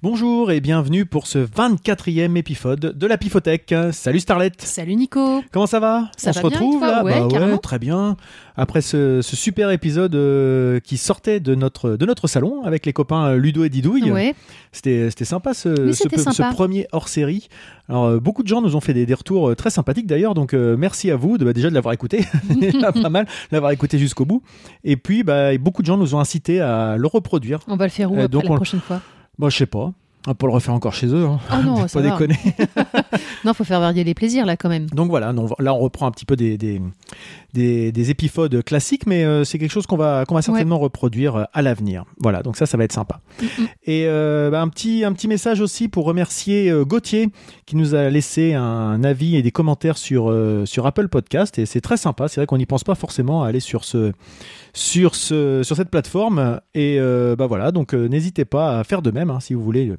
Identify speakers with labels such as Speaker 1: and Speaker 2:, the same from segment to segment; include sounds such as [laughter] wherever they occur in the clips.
Speaker 1: Bonjour et bienvenue pour ce 24e épisode de la Pifothèque. Salut Starlette
Speaker 2: Salut Nico
Speaker 1: Comment ça va
Speaker 2: Ça
Speaker 1: On se
Speaker 2: va bien, et
Speaker 1: retrouve
Speaker 2: toi
Speaker 1: là
Speaker 2: Ouais,
Speaker 1: Bah
Speaker 2: carrément.
Speaker 1: Très bien. Après ce, ce super épisode euh, qui sortait de notre, de notre salon avec les copains euh, Ludo et Didouille,
Speaker 2: Ouais,
Speaker 1: c'était c'était sympa ce,
Speaker 2: Oui,
Speaker 1: ce
Speaker 2: c'était
Speaker 1: pe- ce
Speaker 2: sympa.
Speaker 1: premier hors-série. Alors euh, beaucoup de gens nous ont fait des, des retours euh, très sympathiques d'ailleurs, donc euh, merci à vous de, bah, déjà de l'avoir écouté, [laughs] Déjà pas mal, l'avoir écouté jusqu'au bout. Et puis bah, et beaucoup de gens nous ont incité à le reproduire.
Speaker 2: on va le faire où
Speaker 1: Euh,
Speaker 2: après
Speaker 1: donc
Speaker 2: la
Speaker 1: on-
Speaker 2: prochaine fois
Speaker 1: Bon, je sais pas. On peut le refaire encore chez eux, hein.
Speaker 2: Oh non, ça
Speaker 1: pas
Speaker 2: va.
Speaker 1: déconner.
Speaker 2: Non, faut faire varier les plaisirs là quand même.
Speaker 1: Donc voilà, non, là on reprend un petit peu des, des, des, des épiphodes classiques, mais euh, c'est quelque chose qu'on va, qu'on va certainement reproduire euh, à l'avenir. Voilà, donc ça, ça va être sympa. Et euh, bah, un, petit, un petit message aussi pour remercier euh, Gauthier qui nous a laissé un avis et des commentaires sur, euh, sur Apple Podcast. Et c'est très sympa, c'est vrai qu'on n'y pense pas forcément à aller sur, ce, sur, ce, sur cette plateforme. Et euh, bah voilà, donc euh, n'hésitez pas à faire de même hein, si vous voulez. euh,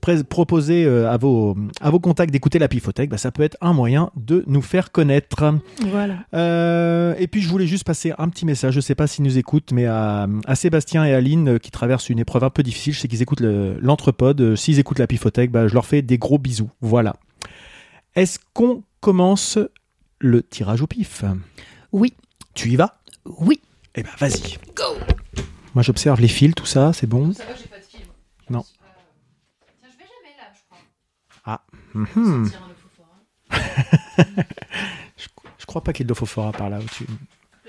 Speaker 1: pré- proposer euh, à, vos, à vos contacts d'écouter la Pifothèque, bah, ça peut être un moyen de nous faire connaître.
Speaker 2: Voilà.
Speaker 1: Euh, et puis je voulais juste passer un petit message, je sais pas s'ils nous écoutent, mais à, à Sébastien et Aline euh, qui traversent une épreuve un peu difficile, je sais qu'ils écoutent le- l'entrepode, Euh, s'ils écoutent la Pifothèque, bah, je leur fais des gros bisous. Voilà. Est-ce qu'on commence le tirage au pif
Speaker 2: Oui,
Speaker 1: Tu y vas
Speaker 2: oui.
Speaker 1: Eh ben vas-y. Go Moi j'observe les fils, tout ça, c'est bon.
Speaker 2: Ça va, j'ai pas de film. Euh,
Speaker 1: Non.
Speaker 2: Tiens, je vais jamais là, je crois. hein,
Speaker 1: Mhm. Je crois pas qu'il y ait de l'ophophora par là au-dessus.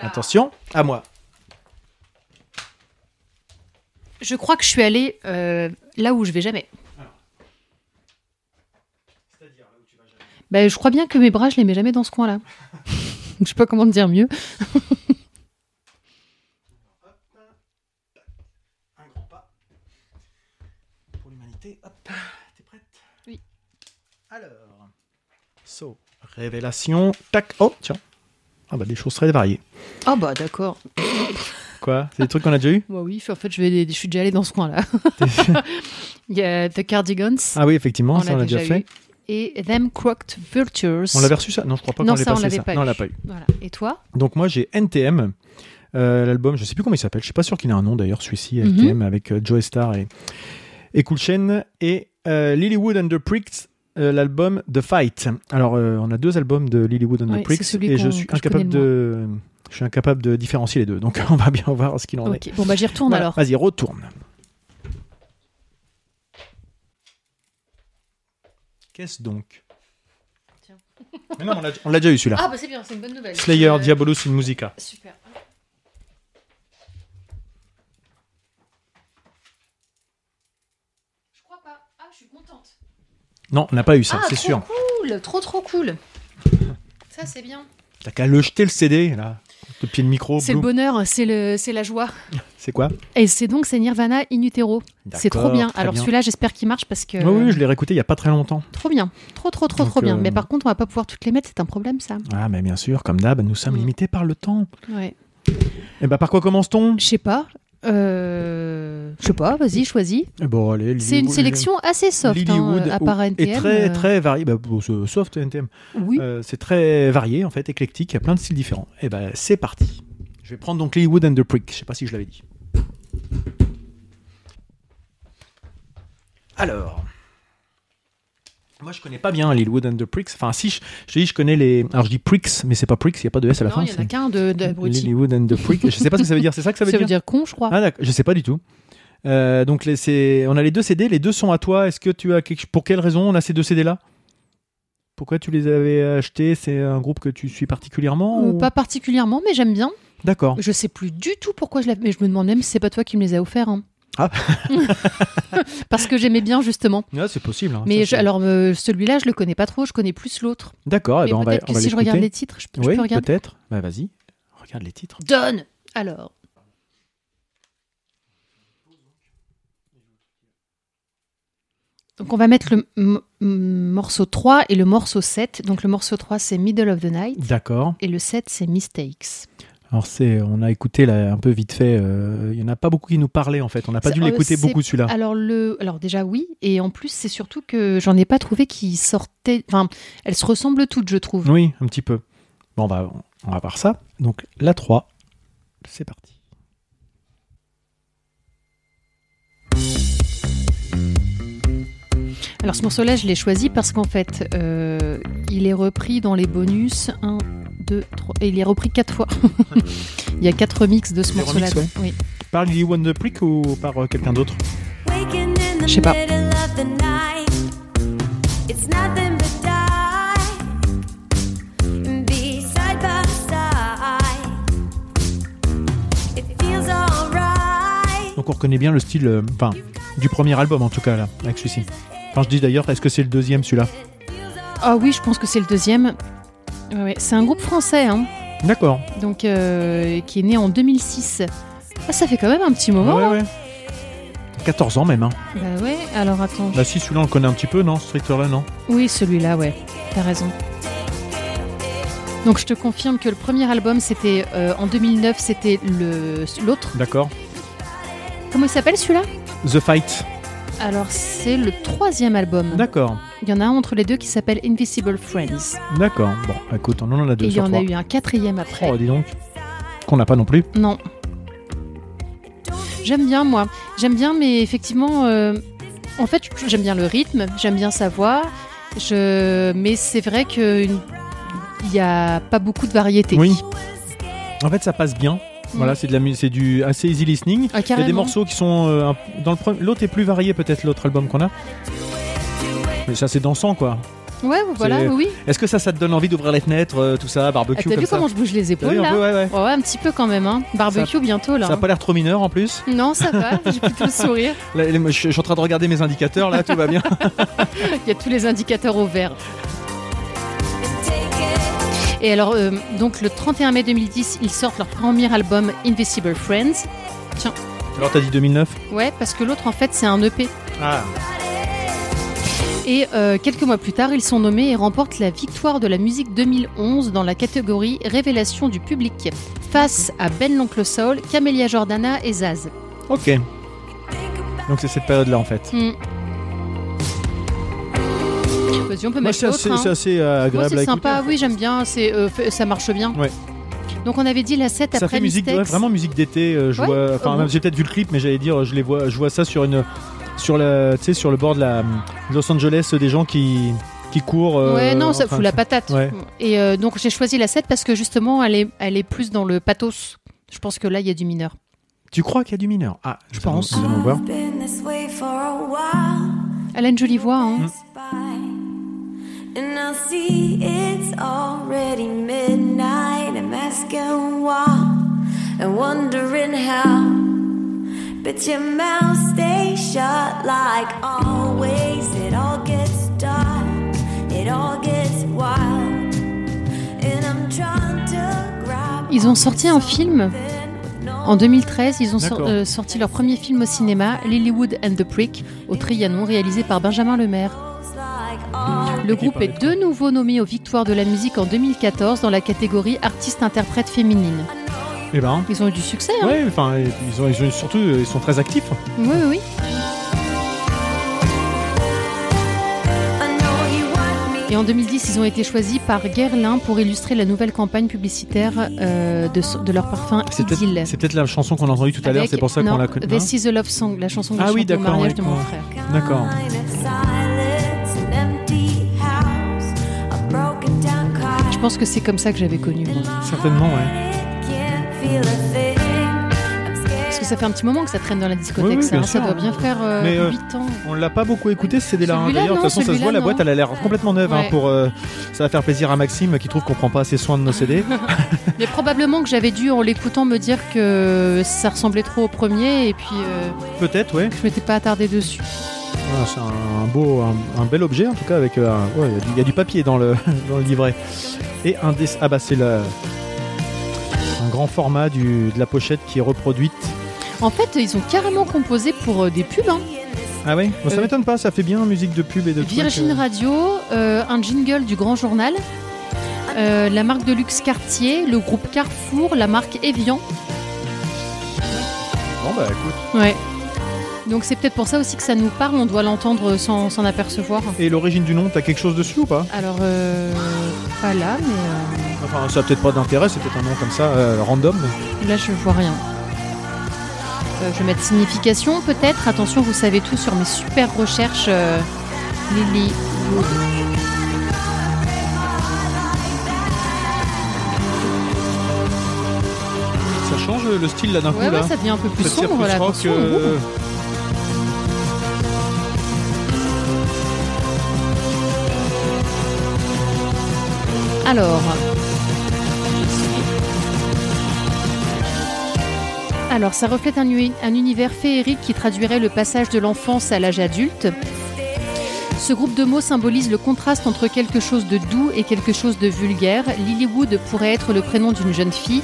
Speaker 1: Attention, à moi.
Speaker 2: Je crois que je suis allée euh, là où je vais jamais. Bah, je crois bien que mes bras, je les mets jamais dans ce [laughs] coin-là. je sais pas comment te dire mieux.
Speaker 1: Un grand pas pour l'humanité. Hop, t'es prête
Speaker 2: Oui.
Speaker 1: Alors, so, révélation, tac, oh, tiens. Ah bah des choses très variées.
Speaker 2: Ah bah d'accord.
Speaker 1: Quoi C'est des trucs qu'on a déjà eu
Speaker 2: Bah oui, en fait, je, vais, je suis déjà allée dans ce coin-là. [laughs] Il y a The Cardigans.
Speaker 1: Ah oui, effectivement, ça on l'a déjà, fait.
Speaker 2: eu. Et Them Crooked Vultures.
Speaker 1: On l'avait reçu ça Non, je crois pas
Speaker 2: Non,
Speaker 1: qu'on l'ait
Speaker 2: ça, on
Speaker 1: passé
Speaker 2: l'avait
Speaker 1: ça.
Speaker 2: pas
Speaker 1: non, on
Speaker 2: eu.
Speaker 1: l'a pas eu.
Speaker 2: Voilà. Et toi
Speaker 1: Donc moi j'ai NTM, euh, l'album, je sais plus comment il s'appelle, je sais pas sûr qu'il a un nom d'ailleurs celui-ci,
Speaker 2: Mhm.
Speaker 1: NTM avec euh, Joe Star et, et Cool Chain et euh, Lilywood and the Pricks. euh, l'album The Fight. Alors, euh, on a deux albums de Lilywood and
Speaker 2: Ouais,
Speaker 1: the
Speaker 2: c'est
Speaker 1: Pricks
Speaker 2: celui
Speaker 1: et je
Speaker 2: qu'on-
Speaker 1: suis
Speaker 2: que je
Speaker 1: incapable
Speaker 2: connais
Speaker 1: de, je suis incapable de différencier les deux. Donc, [laughs] on va bien voir ce qu'il en est.
Speaker 2: Ok. Bon, bah j'y retourne
Speaker 1: Voilà,
Speaker 2: alors.
Speaker 1: Vas-y, retourne. Qu'est-ce donc
Speaker 2: Tiens.
Speaker 1: Mais non, on l'a- on l'a déjà eu celui-là.
Speaker 2: Ah bah c'est bien, c'est une bonne nouvelle.
Speaker 1: Slayer,
Speaker 2: Euh,
Speaker 1: Diabolus, in Musica.
Speaker 2: Super. Je crois pas. Ah, je suis contente.
Speaker 1: Non, on n'a pas eu ça,
Speaker 2: ah,
Speaker 1: c'est
Speaker 2: trop
Speaker 1: sûr.
Speaker 2: cool, trop
Speaker 1: [laughs]
Speaker 2: trop cool. Ça c'est bien.
Speaker 1: T'as qu'à le jeter le CD, là, de pied le micro.
Speaker 2: C'est le
Speaker 1: Blue.
Speaker 2: bonheur, c'est le, c'est la joie.
Speaker 1: C'est quoi
Speaker 2: Et c'est donc c'est Nirvana in utero. C'est trop
Speaker 1: D'accord,
Speaker 2: bien.
Speaker 1: très
Speaker 2: Alors euh, celui-là, j'espère qu'il marche parce que
Speaker 1: Ouais, oui, je l'ai réécouté il y a pas très longtemps.
Speaker 2: trop bien, trop trop trop trop
Speaker 1: Donc,
Speaker 2: bien.
Speaker 1: euh,
Speaker 2: Mais par contre, on va pas pouvoir toutes les mettre, c'est un problème ça.
Speaker 1: Ah, mais bien sûr, comme d'hab, nous sommes
Speaker 2: Mm.
Speaker 1: limités par le temps.
Speaker 2: Ouais.
Speaker 1: Et bah, par quoi commence-t-on
Speaker 2: Je sais pas. Euh... Je sais pas. Vas-y, choisis.
Speaker 1: Eh Bon, allez, Lilywood-
Speaker 2: C'est une sélection assez soft, hein,
Speaker 1: Lilywood,
Speaker 2: à part
Speaker 1: ou-
Speaker 2: NTM.
Speaker 1: oh, Et très,
Speaker 2: euh,
Speaker 1: très varié. Bah, bon, ce soft NTM.
Speaker 2: Oui.
Speaker 1: Euh, c'est très varié, en fait, éclectique. Il y a plein de styles différents. Et bah, c'est parti. Je vais prendre donc Lilywood and the Prick. Je sais pas si je l'avais dit. Alors. Moi, je connais pas bien Lilywood and the Pricks. Enfin, si, je, je te dis, je connais les. Alors, je dis Pricks, mais c'est pas Pricks, il n'y a pas de S à la
Speaker 2: non,
Speaker 1: fin.
Speaker 2: il y en a
Speaker 1: c'est-
Speaker 2: qu'un de, d'abruti.
Speaker 1: Lilywood and the Prick. Je sais pas ce que ça veut dire. C'est ça que ça
Speaker 2: [laughs]
Speaker 1: veut dire,
Speaker 2: con, je crois.
Speaker 1: Ah d'accord. Je sais pas du tout. Euh, donc les, c'est- on a les deux CD. Les deux sont à toi. Est-ce que tu as quelque... pour quelle raison on a ces deux CD là Pourquoi tu les avais achetés C'est un groupe que tu suis particulièrement
Speaker 2: Euh,
Speaker 1: ou-
Speaker 2: Pas particulièrement, mais j'aime bien.
Speaker 1: D'accord.
Speaker 2: Je sais plus du tout pourquoi je l'ai. Mais je me demande même si c'est pas toi qui me les as offerts. hein.
Speaker 1: Ah.
Speaker 2: [laughs] Parce que j'aimais bien, justement.
Speaker 1: Ouais, c'est possible. hein.
Speaker 2: Mais
Speaker 1: Ça,
Speaker 2: je-
Speaker 1: c'est-
Speaker 2: alors, euh, celui-là, je le connais pas trop. Je connais plus l'autre.
Speaker 1: D'accord. eh
Speaker 2: Mais
Speaker 1: ben, on va,
Speaker 2: peut-être que
Speaker 1: on va
Speaker 2: si je
Speaker 1: l'écouter.
Speaker 2: regarde les titres, je, je
Speaker 1: Oui,
Speaker 2: peux regarder.
Speaker 1: peut-être. Bah, vas-y. Regarde les titres.
Speaker 2: Donne Alors. Donc on va mettre le m- m- morceau 3 et le morceau 7. Donc le morceau 3 c'est Middle of the Night
Speaker 1: D'accord.
Speaker 2: et le 7 c'est Mistakes.
Speaker 1: Alors c'est, on a écouté là, un peu vite fait. euh, Il y en a pas beaucoup qui nous parlaient en fait. On n'a pas
Speaker 2: C'est-
Speaker 1: dû
Speaker 2: euh,
Speaker 1: l'écouter
Speaker 2: c'est-
Speaker 1: beaucoup celui-là.
Speaker 2: Alors le alors déjà oui et en plus c'est surtout que j'en ai pas trouvé qui sortaient enfin elles se ressemblent toutes je trouve.
Speaker 1: Oui, un petit peu. Bon, bah, on va voir ça. Donc, la 3, c'est parti.
Speaker 2: Alors ce morceau-là, je l'ai choisi parce qu'en fait, euh, il est repris dans les bonus 1, 2, 3, et il est repris 4 fois. [laughs] il y a 4 remixes de ce
Speaker 1: Des
Speaker 2: morceau-là.
Speaker 1: remixes,
Speaker 2: Oui.
Speaker 1: Par Lily One the Prick ou par euh, quelqu'un d'autre
Speaker 2: Je sais pas.
Speaker 1: Donc on reconnaît bien le style, euh, enfin, du premier album en tout cas, là, avec celui-ci. Enfin, je dis d'ailleurs, est-ce que c'est le deuxième celui-là
Speaker 2: Ah oui, je pense que c'est le deuxième. Ouais, ouais. C'est un groupe français, hein,
Speaker 1: D'accord.
Speaker 2: donc, euh, qui est né en 2006. Ah, ça fait quand même un petit moment.
Speaker 1: Ouais, ouais, ouais. 14 ans même. Hein.
Speaker 2: hein. Bah ouais, alors attends.
Speaker 1: Bah si, celui-là on le connaît un petit peu, non Stricteur là, non
Speaker 2: Oui, celui-là, ouais. T'as raison. Donc je te confirme que le premier album, c'était euh, en 2009, c'était le l'autre.
Speaker 1: D'accord.
Speaker 2: Comment il s'appelle celui-là
Speaker 1: The Fight.
Speaker 2: Alors c'est le troisième album.
Speaker 1: D'accord.
Speaker 2: Il y en a un entre les deux qui s'appelle Invisible Friends.
Speaker 1: D'accord. Bon, bah, écoute, on en a deux
Speaker 2: Et il y
Speaker 1: sur
Speaker 2: en
Speaker 1: trois.
Speaker 2: a eu un quatrième après.
Speaker 1: Oh, dis donc. Qu'on n'a pas non plus.
Speaker 2: Non. J'aime bien, moi. J'aime bien, mais effectivement, euh, en fait, j'aime bien le rythme, j'aime bien sa voix. Je... Mais c'est vrai qu'il n'y a pas beaucoup de variété.
Speaker 1: Oui. En fait, ça passe bien. Voilà,
Speaker 2: Mm.
Speaker 1: c'est de la mu- c'est du assez easy listening.
Speaker 2: Ah,
Speaker 1: Il y a
Speaker 2: carrément.
Speaker 1: des morceaux qui sont euh, un- dans le premier. L'autre est plus varié peut-être l'autre album qu'on a. Mais ça c'est dansant quoi.
Speaker 2: Ouais, voilà,
Speaker 1: C'est-
Speaker 2: oui. oui.
Speaker 1: Est-ce que ça ça te donne envie d'ouvrir les fenêtres, euh, tout ça,
Speaker 2: Ah,
Speaker 1: barbecue
Speaker 2: T'as
Speaker 1: comme
Speaker 2: vu
Speaker 1: ça
Speaker 2: comment je bouge les
Speaker 1: T'as vu
Speaker 2: épaules
Speaker 1: un
Speaker 2: là
Speaker 1: peu, ouais, ouais.
Speaker 2: Ouais, ouais, un petit peu quand même. Hein. Barbecue bientôt là.
Speaker 1: Ça a pas l'air trop mineur en plus.
Speaker 2: Non, ça va, [laughs] j'ai plutôt le sourire.
Speaker 1: Là, je, je suis en train de regarder mes indicateurs là, tout va bien.
Speaker 2: Il y a tous les indicateurs au vert. Et alors, euh, donc le 31 mai 2010, ils sortent leur premier album Invisible Friends.
Speaker 1: Alors t'as dit 2009
Speaker 2: Ouais, parce que l'autre en fait c'est un EP.
Speaker 1: Ah.
Speaker 2: Et euh, quelques mois plus tard, ils sont nommés et remportent la victoire de la musique 2011 dans la catégorie Révélation du public, face à Ben l'Oncle Soul, Camélia Jordana et Zaz.
Speaker 1: Ok. Donc c'est cette période là en fait.
Speaker 2: Hmm. Vas-y, on peut
Speaker 1: Moi,
Speaker 2: mettre
Speaker 1: c'est assez,
Speaker 2: l'autre. hein.
Speaker 1: c'est assez, euh,
Speaker 2: Moi,
Speaker 1: agréable à
Speaker 2: c'est
Speaker 1: écouter,
Speaker 2: sympa,
Speaker 1: en fait.
Speaker 2: oui, j'aime bien, c'est, euh, fait- ça marche bien.
Speaker 1: Ouais.
Speaker 2: Donc on avait dit la 7
Speaker 1: Ça
Speaker 2: après
Speaker 1: fait musique,
Speaker 2: Mystex.
Speaker 1: ouais, vraiment musique d'été. euh, je
Speaker 2: Ouais,
Speaker 1: vois, enfin,
Speaker 2: euh,
Speaker 1: même, j'ai peut-être vu le clip, mais j'allais dire, je les vois, je vois ça sur une, sur la, tu sais, sur le bord de la de Los Angeles, euh, des gens qui, qui courent. euh,
Speaker 2: Ouais, non,
Speaker 1: en
Speaker 2: ça
Speaker 1: train
Speaker 2: fout
Speaker 1: de-
Speaker 2: la patate.
Speaker 1: Ouais.
Speaker 2: Et euh, donc j'ai choisi la 7 parce que justement, elle est, elle est plus dans le pathos. Je pense que là, il y a du mineur.
Speaker 1: Tu crois qu'il y a du mineur Ah, je
Speaker 2: pense.
Speaker 1: Nous allons voir.
Speaker 2: Elle a une jolie voix. hein.
Speaker 1: Mm.
Speaker 3: And I see it's already midnight. I'm asking why and wondering how. But your mouth stays shut like always. It all gets dark, it all gets wild. And I'm trying to grab.
Speaker 2: Ils ont sorti un film en 2013. Ils ont sor-
Speaker 1: D'accord.
Speaker 2: euh, sorti leur premier film au cinéma, Lilywood and the Prick, au Trianon, réalisé par Benjamin Lemaire. Le groupe est de nouveau nommé aux Victoires de la musique en 2014 dans la catégorie artiste-interprète féminine.
Speaker 1: Eh ben.
Speaker 2: Ils ont eu du succès, hein
Speaker 1: Ouais, enfin, ils ont, ils ont- surtout, euh, ils sont très actifs.
Speaker 2: Oui, oui, oui. Et en 2010, ils ont été choisis par Guerlain pour illustrer la nouvelle campagne publicitaire euh, de, so- de leur parfum
Speaker 1: C'est
Speaker 2: Idylle.
Speaker 1: peut-être, c'est peut-être la chanson qu'on a entendue tout à l'heure,
Speaker 2: Avec-
Speaker 1: c'est pour ça qu'on
Speaker 2: non,
Speaker 1: la connaît.
Speaker 2: This is a love song, la chanson que
Speaker 1: Ah
Speaker 2: je
Speaker 1: oui,
Speaker 2: chante au
Speaker 1: d'accord,
Speaker 2: mariage de mon
Speaker 1: d'accord.
Speaker 2: frère.
Speaker 1: D'accord.
Speaker 2: Je pense que c'est comme ça que j'avais connu, moi.
Speaker 1: Certainement, ouais.
Speaker 2: Parce que ça fait un petit moment que ça traîne dans la discothèque,
Speaker 1: Oui, oui,
Speaker 2: ça.
Speaker 1: bien
Speaker 2: hein. Ça
Speaker 1: sûr.
Speaker 2: doit bien faire euh,
Speaker 1: Mais, euh,
Speaker 2: 8 ans.
Speaker 1: On l'a pas beaucoup écouté ce CD-là. hein.
Speaker 2: Celui-là,
Speaker 1: D'ailleurs, de
Speaker 2: non,
Speaker 1: toute façon, ça se
Speaker 2: celui-là,
Speaker 1: voit, la
Speaker 2: non.
Speaker 1: boîte, elle a l'air complètement neuve. hein,
Speaker 2: Ouais.
Speaker 1: pour, euh, ça va faire plaisir à Maxime qui trouve qu'on prend pas assez soin de nos
Speaker 2: [laughs]
Speaker 1: CD.
Speaker 2: Mais probablement que j'avais dû, en l'écoutant, me dire que ça ressemblait trop au premier et puis euh,
Speaker 1: Peut-être, ouais.
Speaker 2: que je m'étais pas attardée dessus.
Speaker 1: Ah, c'est un beau, un, un bel objet en tout cas avec. euh, un- ouais, Il y a du- il y, a du papier dans le, [laughs] dans le livret. Et un des, ah bah c'est la- un grand format du, de la pochette qui est reproduite.
Speaker 2: En fait, ils ont carrément composé pour euh, des pubs. hein.
Speaker 1: Ah oui. ça
Speaker 2: Euh,
Speaker 1: m'étonne pas, ça fait bien musique de pub et de. trucs,
Speaker 2: Virgin
Speaker 1: euh.
Speaker 2: Radio, euh, un jingle du Grand Journal, euh, la marque de luxe Cartier, le groupe Carrefour, la marque Evian.
Speaker 1: Bon bah écoute.
Speaker 2: Ouais. Donc c'est peut-être pour ça aussi que ça nous parle, on doit l'entendre sans s'en apercevoir.
Speaker 1: Et l'origine du nom, t'as quelque chose dessus ou pas
Speaker 2: Alors, euh, pas là, mais
Speaker 1: Enfin, ça a peut-être pas d'intérêt, c'est peut-être un nom comme ça euh, random.
Speaker 2: euh, là je vois rien. Euh, je vais mettre signification peut-être. Attention, vous savez tout sur mes super recherches euh, Lily Wood.
Speaker 1: Ça change le style là d'un
Speaker 2: Ouais,
Speaker 1: coup
Speaker 2: ouais,
Speaker 1: là.
Speaker 2: ça devient un peu plus
Speaker 1: Ça tire
Speaker 2: sombre
Speaker 1: plus
Speaker 2: là.
Speaker 1: rock,
Speaker 2: attention.
Speaker 1: euh,
Speaker 2: Ouh. Alors. Alors, ça reflète un, ui- un univers féerique qui traduirait le passage de l'enfance à l'âge adulte. Ce groupe de mots symbolise le contraste entre quelque chose de doux et quelque chose de vulgaire. Lilywood pourrait être le prénom d'une jeune fille,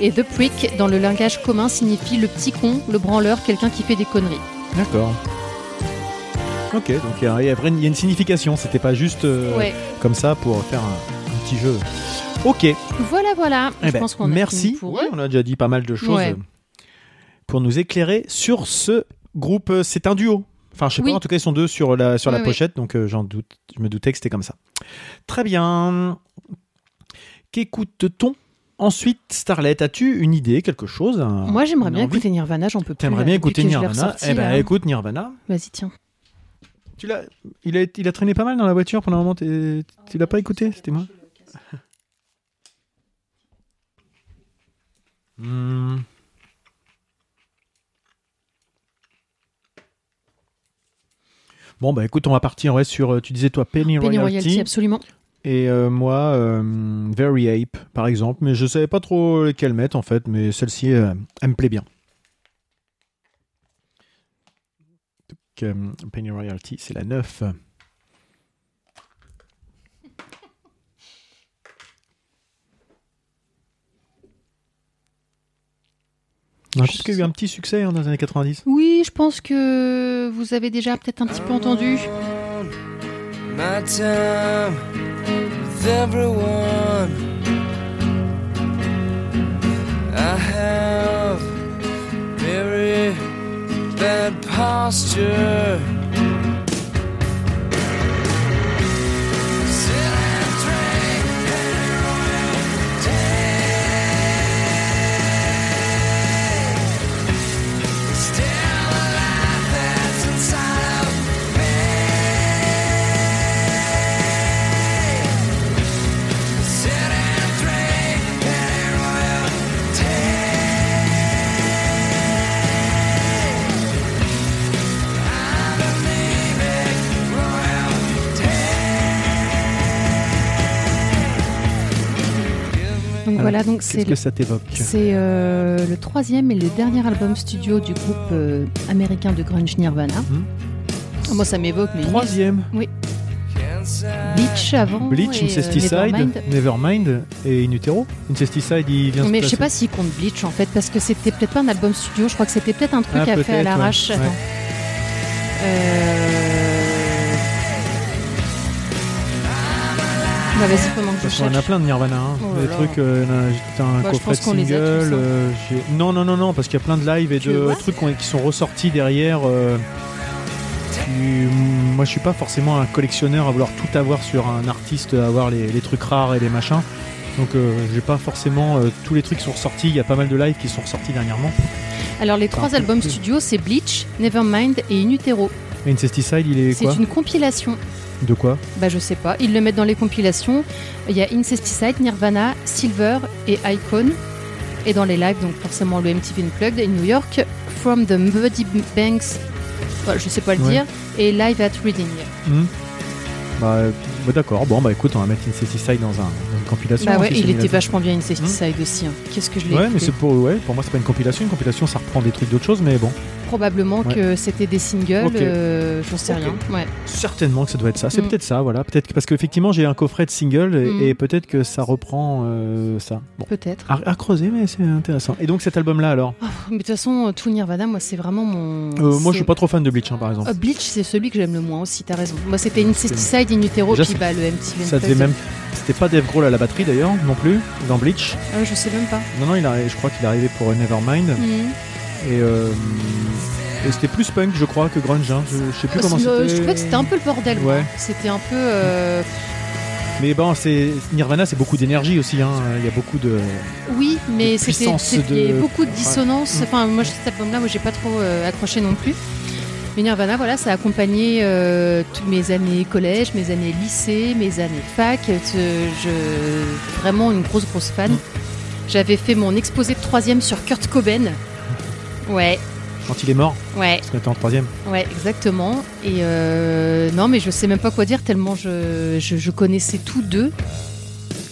Speaker 2: et The Prick, dans le langage commun, signifie le petit con, le branleur, quelqu'un qui fait des conneries.
Speaker 1: D'accord. Ok, donc il y, a- il y a vrai- il y a une signification, c'était pas juste euh,
Speaker 2: Ouais.
Speaker 1: comme ça pour faire un, un petit jeu. Ok, eh
Speaker 2: Voilà, voilà. Je
Speaker 1: ben,
Speaker 2: pense qu'on a
Speaker 1: merci.
Speaker 2: fini pour
Speaker 1: Ouais,
Speaker 2: eux.
Speaker 1: on a déjà dit pas mal de choses
Speaker 2: Ouais.
Speaker 1: euh, pour nous éclairer sur ce groupe. Euh, C'est un duo. Enfin, je sais
Speaker 2: Oui.
Speaker 1: pas, en tout cas, ils sont deux sur la, sur la
Speaker 2: Oui, oui.
Speaker 1: pochette, donc euh, j'en doute, je me doutais que c'était comme ça. Très bien. Qu'écoute-t-on ensuite, Starlet As-tu une idée, quelque chose un-
Speaker 2: Moi, j'aimerais
Speaker 1: une
Speaker 2: bien
Speaker 1: envie
Speaker 2: écouter Nirvana, j'en peux plus.
Speaker 1: T'aimerais
Speaker 2: là,
Speaker 1: bien
Speaker 2: depuis
Speaker 1: écouter
Speaker 2: que je l'ai
Speaker 1: Nirvana
Speaker 2: ressorti,
Speaker 1: Eh ben,
Speaker 2: là.
Speaker 1: écoute Nirvana.
Speaker 2: Vas-y, tiens.
Speaker 1: Tu l'as, il a, il a traîné pas mal dans la voiture pendant un moment. t'es- Tu l'as pas écouté, c'était moi. Hmm. Bon bah écoute, on va partir ouais sur. euh, Tu disais toi Penny, Royalty,
Speaker 2: Penny Royalty, absolument.
Speaker 1: et euh, moi euh, Very Ape par exemple, mais je savais pas trop lesquelles mettre en fait, mais celle-ci euh, elle me plaît bien. Donc, euh, Penny Royalty, c'est la
Speaker 2: [laughs]
Speaker 1: 9. On a
Speaker 2: Je
Speaker 1: qu'il y a eu un petit succès hein, dans les années 90.
Speaker 2: Oui, je pense que vous avez déjà peut-être un petit peu entendu.
Speaker 4: my time with everyone. I have very bad posture. Sit and drink and royalty. Still a life that's inside of Sit and drink and royal I believe in royal
Speaker 2: Donc voilà, donc
Speaker 1: Ah, Qu'est-ce
Speaker 2: c'est
Speaker 1: que ça t'évoque
Speaker 2: c'est, euh, le troisième et le dernier album studio du groupe euh, américain de grunge Nirvana.
Speaker 1: Hmm.
Speaker 2: Ah, Moi, ça m'évoque les
Speaker 1: Troisième.
Speaker 2: Bleach avant.
Speaker 1: Bleach,
Speaker 2: et, euh,
Speaker 1: Incesticide,
Speaker 2: Nevermind.
Speaker 1: Nevermind et In Utero. Incesticide, il vient se
Speaker 2: Mais je
Speaker 1: placer.
Speaker 2: sais pas s'ils comptent Bleach en fait, parce que c'était peut-être pas un album studio, je crois que c'était peut-être un truc
Speaker 1: Ah,
Speaker 2: à fait à
Speaker 1: peut-être,
Speaker 2: l'arrache.
Speaker 1: ouais.
Speaker 2: Attends.
Speaker 1: Ouais.
Speaker 2: Euh... Bah vas-y, pendant que
Speaker 1: De
Speaker 2: je
Speaker 1: toute façon, il y en a
Speaker 2: cherche.
Speaker 1: plein de Nirvana. hein.
Speaker 2: Oh là
Speaker 1: Des
Speaker 2: là.
Speaker 1: trucs, euh, il y en a- j'ai un
Speaker 2: Bah, je
Speaker 1: coffret
Speaker 2: pense
Speaker 1: de
Speaker 2: qu'on les a
Speaker 1: single.
Speaker 2: tous, hein.
Speaker 1: euh, j'ai- non, non, non, non, parce qu'il y a plein de lives et
Speaker 2: Tu
Speaker 1: de
Speaker 2: vois
Speaker 1: trucs qu'on- qui sont ressortis derrière. euh, qui- mm, moi, je suis pas forcément un collectionneur à vouloir tout avoir sur un artiste, à avoir les, les trucs rares et les machins. Donc, euh, j'ai pas forcément euh, tous les trucs qui sont ressortis. Il y a pas mal de lives qui sont ressortis dernièrement.
Speaker 2: Alors les
Speaker 1: Enfin,
Speaker 2: trois albums studio, c'est Bleach, Nevermind et In Utero.
Speaker 1: Et Incesticide, il est
Speaker 2: C'est
Speaker 1: quoi
Speaker 2: une compilation.
Speaker 1: De quoi
Speaker 2: Bah je sais pas, ils le mettent dans les compilations. Il y a Incesticide, Nirvana, Silver et Icon. Et dans les lives, donc forcément le MTV Unplugged et New York, From the Muddy Banks, bah, je sais pas le
Speaker 1: Ouais.
Speaker 2: dire, et Live at Reading.
Speaker 1: Hmm. Bah, euh, bah, d'accord, bon bah écoute, on va mettre Incesticide dans, un, dans une compilation.
Speaker 2: Bah
Speaker 1: hein,
Speaker 2: ouais,
Speaker 1: si
Speaker 2: il
Speaker 1: c'est une-
Speaker 2: était vachement bien Incesticide aussi. hein. Qu'est-ce que je l'ai
Speaker 1: Ouais, mais
Speaker 2: écouté
Speaker 1: c'est pour, ouais, pour moi c'est pas une compilation, une compilation ça reprend des trucs d'autres choses, mais bon.
Speaker 2: Probablement
Speaker 1: Ouais.
Speaker 2: que c'était des singles,
Speaker 1: Ok.
Speaker 2: euh, j'en sais
Speaker 1: Ok.
Speaker 2: rien. Ouais.
Speaker 1: Certainement que ça doit être ça, c'est
Speaker 2: Mm.
Speaker 1: peut-être ça, voilà. Peut-être que, parce qu'effectivement j'ai un coffret de singles et,
Speaker 2: Mm.
Speaker 1: et peut-être que ça reprend euh, ça. Bon,
Speaker 2: Peut-être. Oh,
Speaker 1: à, à creuser, mais c'est intéressant. Et donc cet album-là alors
Speaker 2: Mais de toute façon, euh, tout Nirvana, moi, c'est vraiment mon.
Speaker 1: Euh, Moi
Speaker 2: c'est-
Speaker 1: je suis pas trop fan de Bleach hein, par exemple.
Speaker 2: Euh, Bleach, c'est celui que j'aime le moins aussi, t'as raison. Moi, c'était Incesticide, In Utero,
Speaker 1: Déjà,
Speaker 2: puis
Speaker 1: c'est-
Speaker 2: bah, le MTV
Speaker 1: ça devait
Speaker 2: Unplugged.
Speaker 1: même. C'était pas Dave Grohl à la batterie d'ailleurs, non plus, dans Bleach.
Speaker 2: Ah, je sais même pas. Mhm.
Speaker 1: Non, non, il a, je crois qu'il est arrivé pour euh, Nevermind. Et, euh, et c'était plus punk, je crois, que grunge. hein. Je, je sais plus
Speaker 2: Parce
Speaker 1: comment
Speaker 2: que,
Speaker 1: c'était.
Speaker 2: euh, je trouvais que c'était un peu le bordel. moi.
Speaker 1: Ouais.
Speaker 2: C'était un peu. euh,
Speaker 1: Mais bon, c'est Nirvana, c'est beaucoup d'énergie aussi. hein. Il y a beaucoup de.
Speaker 2: Oui, mais
Speaker 1: De
Speaker 2: c'était.
Speaker 1: puissance
Speaker 2: c'était- Il y
Speaker 1: de-
Speaker 2: avait beaucoup de
Speaker 1: Ouais.
Speaker 2: dissonance.
Speaker 1: Mm.
Speaker 2: Enfin, moi, cet album-là, moi, j'ai pas trop euh, accroché non plus. Mais Nirvana, voilà, ça a accompagné euh, toutes mes années collège, mes années lycée, mes années fac. Euh, Je, vraiment une grosse, grosse fan.
Speaker 1: Mm.
Speaker 2: J'avais fait mon exposé de troisième sur
Speaker 1: [laughs]
Speaker 2: Kurt Cobain. Ouais,
Speaker 1: Quand il est mort,
Speaker 2: ouais,
Speaker 1: parce qu'on était en troisième.
Speaker 2: ouais, exactement. Et euh, non, mais je sais même pas quoi dire tellement je, je, je connaissais tous deux.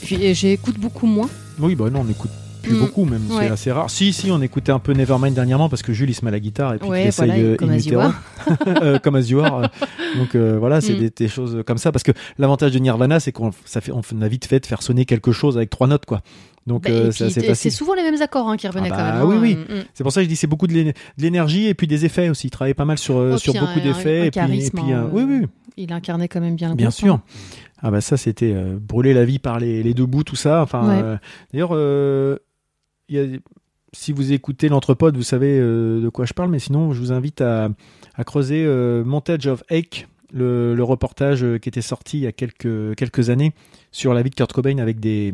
Speaker 2: J'ai- J'écoute beaucoup moins.
Speaker 1: Oui, bah non, on écoute plus
Speaker 2: Mm.
Speaker 1: beaucoup, même,
Speaker 2: Ouais.
Speaker 1: c'est assez rare. Si, si, on écoutait un peu Nevermind dernièrement parce que Jules il se met à la guitare et puis
Speaker 2: Ouais,
Speaker 1: qu'il essaye
Speaker 2: voilà,
Speaker 1: euh,
Speaker 2: comme
Speaker 1: in
Speaker 2: As You
Speaker 1: utero. [laughs] Euh, comme As You Are. euh. Donc euh, voilà, c'est
Speaker 2: Mm.
Speaker 1: des, des choses comme ça parce que l'avantage de Nirvana, c'est qu'on ça fait, on a vite fait de faire sonner quelque chose avec trois notes, quoi. Donc
Speaker 2: Bah, et
Speaker 1: euh,
Speaker 2: puis,
Speaker 1: c'est assez
Speaker 2: t- c'est
Speaker 1: facile.
Speaker 2: souvent les mêmes accords hein, qui revenaient
Speaker 1: Ah
Speaker 2: quand même.
Speaker 1: bah, oui,
Speaker 2: hein. Mm, mm.
Speaker 1: C'est pour ça que je dis c'est beaucoup de l'éne- de l'énergie et puis des effets aussi. Il travaillait pas mal sur, euh,
Speaker 2: Oh,
Speaker 1: sur
Speaker 2: puis un-
Speaker 1: beaucoup
Speaker 2: un-
Speaker 1: d'effets.
Speaker 2: un
Speaker 1: et puis, et
Speaker 2: charisme,
Speaker 1: puis un-
Speaker 2: hein,
Speaker 1: oui, oui,
Speaker 2: Il incarnait quand même bien le
Speaker 1: bien
Speaker 2: groupe,
Speaker 1: sûr.
Speaker 2: hein.
Speaker 1: Ah bah ça c'était euh, brûler la vie par les, les deux bouts, tout ça. Enfin,
Speaker 2: Ouais.
Speaker 1: euh, d'ailleurs, euh, il y a- si vous écoutez l'entrepode, vous savez euh, de quoi je parle. Mais sinon, je vous invite à, à creuser euh, Montage of Ache, le, le reportage euh, qui était sorti il y a quelques quelques années sur la vie de Kurt Cobain avec des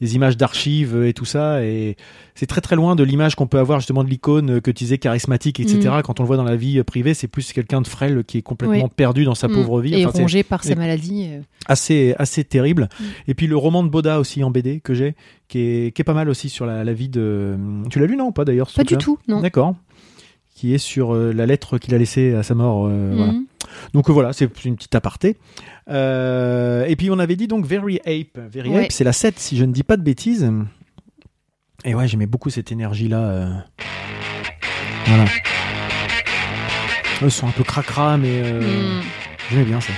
Speaker 1: des images d'archives euh, et tout ça. Et c'est très très loin de l'image qu'on peut avoir justement de l'icône euh, que tu disais charismatique, etc. Quand on le voit dans la vie euh, privée, c'est plus quelqu'un de frêle qui est complètement
Speaker 2: Mm. Oui.
Speaker 1: perdu dans sa
Speaker 2: Mm.
Speaker 1: pauvre vie.
Speaker 2: Et
Speaker 1: Enfin, c'est-
Speaker 2: rongé par
Speaker 1: et-
Speaker 2: sa maladie. euh.
Speaker 1: assez assez terrible.
Speaker 2: Mm.
Speaker 1: Et puis le roman de Boda aussi en BD que j'ai, qui est, qui est pas mal aussi sur la, la vie de. Tu l'as lu non ou pas d'ailleurs ce
Speaker 2: Pas du
Speaker 1: truc-là
Speaker 2: tout, non.
Speaker 1: D'accord. Qui est sur euh, la lettre qu'il a laissée à sa mort. euh, voilà.
Speaker 2: Mhm.
Speaker 1: Donc euh, voilà, c'est une petite aparté. Euh, et puis on avait dit donc Very Ape. Very
Speaker 2: Ouais.
Speaker 1: Ape, c'est la 7 si je ne dis pas de bêtises. Et ouais, j'aimais beaucoup cette énergie-là. euh. Voilà. Eux sont un peu cracra, mais euh,
Speaker 2: Mm.
Speaker 1: j'aimais bien ça.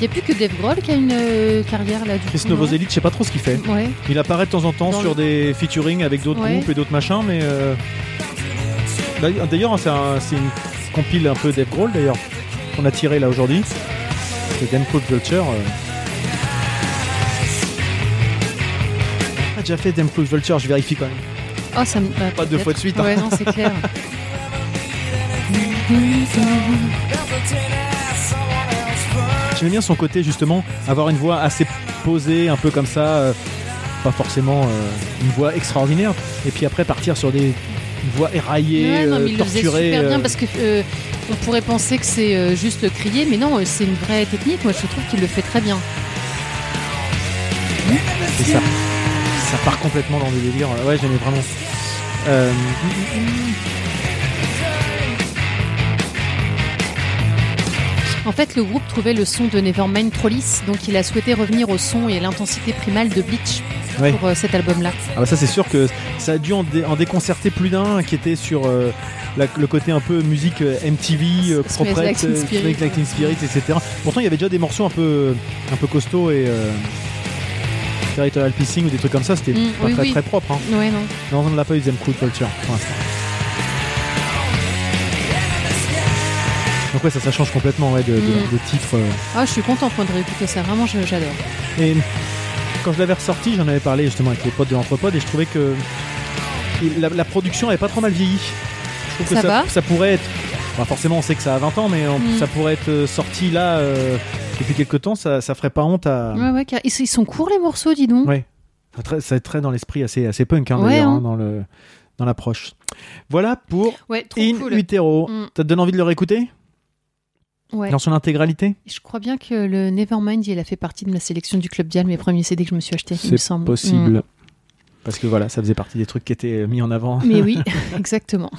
Speaker 2: Il n'y a plus que Dave Grohl qui a une euh, carrière là du
Speaker 1: Chris
Speaker 2: coup, non
Speaker 1: Novoselic, je sais pas trop ce qu'il fait.
Speaker 2: Ouais.
Speaker 1: Il apparaît de temps en temps
Speaker 2: Dans
Speaker 1: sur
Speaker 2: le-
Speaker 1: des featuring avec d'autres
Speaker 2: Ouais.
Speaker 1: groupes et d'autres machins, mais euh, d'ailleurs- d'ailleurs c'est un- c'est une compile un peu Dave Grohl d'ailleurs qu'on a tiré là aujourd'hui. C'est Game Cold Vulture. euh. On a déjà fait Damn Cold Vulture, je vérifie quand même.
Speaker 2: Oh, ça me... bah,
Speaker 1: Pas deux
Speaker 2: peut-être.
Speaker 1: fois de suite, hein.
Speaker 2: Ouais, non,
Speaker 1: [laughs]
Speaker 2: c'est clair.
Speaker 1: J'aime bien son côté justement, avoir une voix assez posée, un peu comme ça, euh, pas forcément euh, une voix extraordinaire, et puis après partir sur des voix éraillées,
Speaker 2: Ouais, non, mais
Speaker 1: euh,
Speaker 2: il le faisait
Speaker 1: torturées.
Speaker 2: super bien
Speaker 1: euh,
Speaker 2: parce que euh, on pourrait penser que c'est euh, juste crier, mais non, euh, c'est une vraie technique. Moi, je trouve qu'il le fait très bien.
Speaker 1: Et ça, ça part complètement dans des délires. Ouais, j'aimais vraiment. Euh,
Speaker 2: En fait, le groupe trouvait le son de Nevermind trop lisse, donc il a souhaité revenir au son et à l'intensité primale de Bleach
Speaker 1: Ouais.
Speaker 2: pour euh, cet album-là.
Speaker 1: ah bah ça, c'est sûr que ça a dû en, dé- en déconcerter plus d'un qui était sur euh, la- le côté un peu musique euh, MTV, euh,
Speaker 2: Smells
Speaker 1: proprette,
Speaker 2: Like Teen
Speaker 1: euh,
Speaker 2: Spirit.
Speaker 1: Smells Like Teen Spirit, etc. Pourtant, il y avait déjà des morceaux un peu, un peu costauds et. euh, Territorial Pissing ou des trucs comme ça, c'était
Speaker 2: Mm,
Speaker 1: pas
Speaker 2: oui,
Speaker 1: très,
Speaker 2: oui.
Speaker 1: très propre. hein.
Speaker 2: Ouais, non.
Speaker 1: Non, on ne l'a pas eu, Zem Cool Culture pour l'instant. Donc, ouais, ça, ça change complètement ouais, de, de-
Speaker 2: Mm.
Speaker 1: de titre. euh.
Speaker 2: Ah, je suis contente moi, de réécouter ça. Vraiment, je- j'adore.
Speaker 1: Et quand je l'avais ressorti, j'en avais parlé justement avec les potes de l'entrepode et je trouvais que la, la production avait pas trop mal vieilli. Je trouve que
Speaker 2: Ça
Speaker 1: ça,
Speaker 2: va
Speaker 1: ça pourrait être. bah, forcément, on sait que ça a 20 ans, mais on-
Speaker 2: Mm.
Speaker 1: ça pourrait être euh, sorti là euh, depuis quelques temps. Ça, ça ferait pas honte à.
Speaker 2: Ouais, ouais, car- ils, ils sont courts les morceaux, dis donc.
Speaker 1: Ah. Ouais. Ça très- Ça est très dans l'esprit assez, assez punk hein,
Speaker 2: Ouais,
Speaker 1: d'ailleurs,
Speaker 2: hein.
Speaker 1: hein, dans le dans l'approche. Voilà pour
Speaker 2: Ouais, trop
Speaker 1: In
Speaker 2: cool.
Speaker 1: Utero.
Speaker 2: Mm.
Speaker 1: Ça te donne envie de le réécouter
Speaker 2: Ouais.
Speaker 1: dans son intégralité
Speaker 2: Je crois bien que le Nevermind, il a fait partie de ma sélection du Club Dial, mes premiers CD que je me suis acheté, il me semble. Mm.
Speaker 1: Parce que voilà, ça faisait partie des trucs qui étaient euh, mis en avant.
Speaker 2: Mais oui, [laughs] exactement.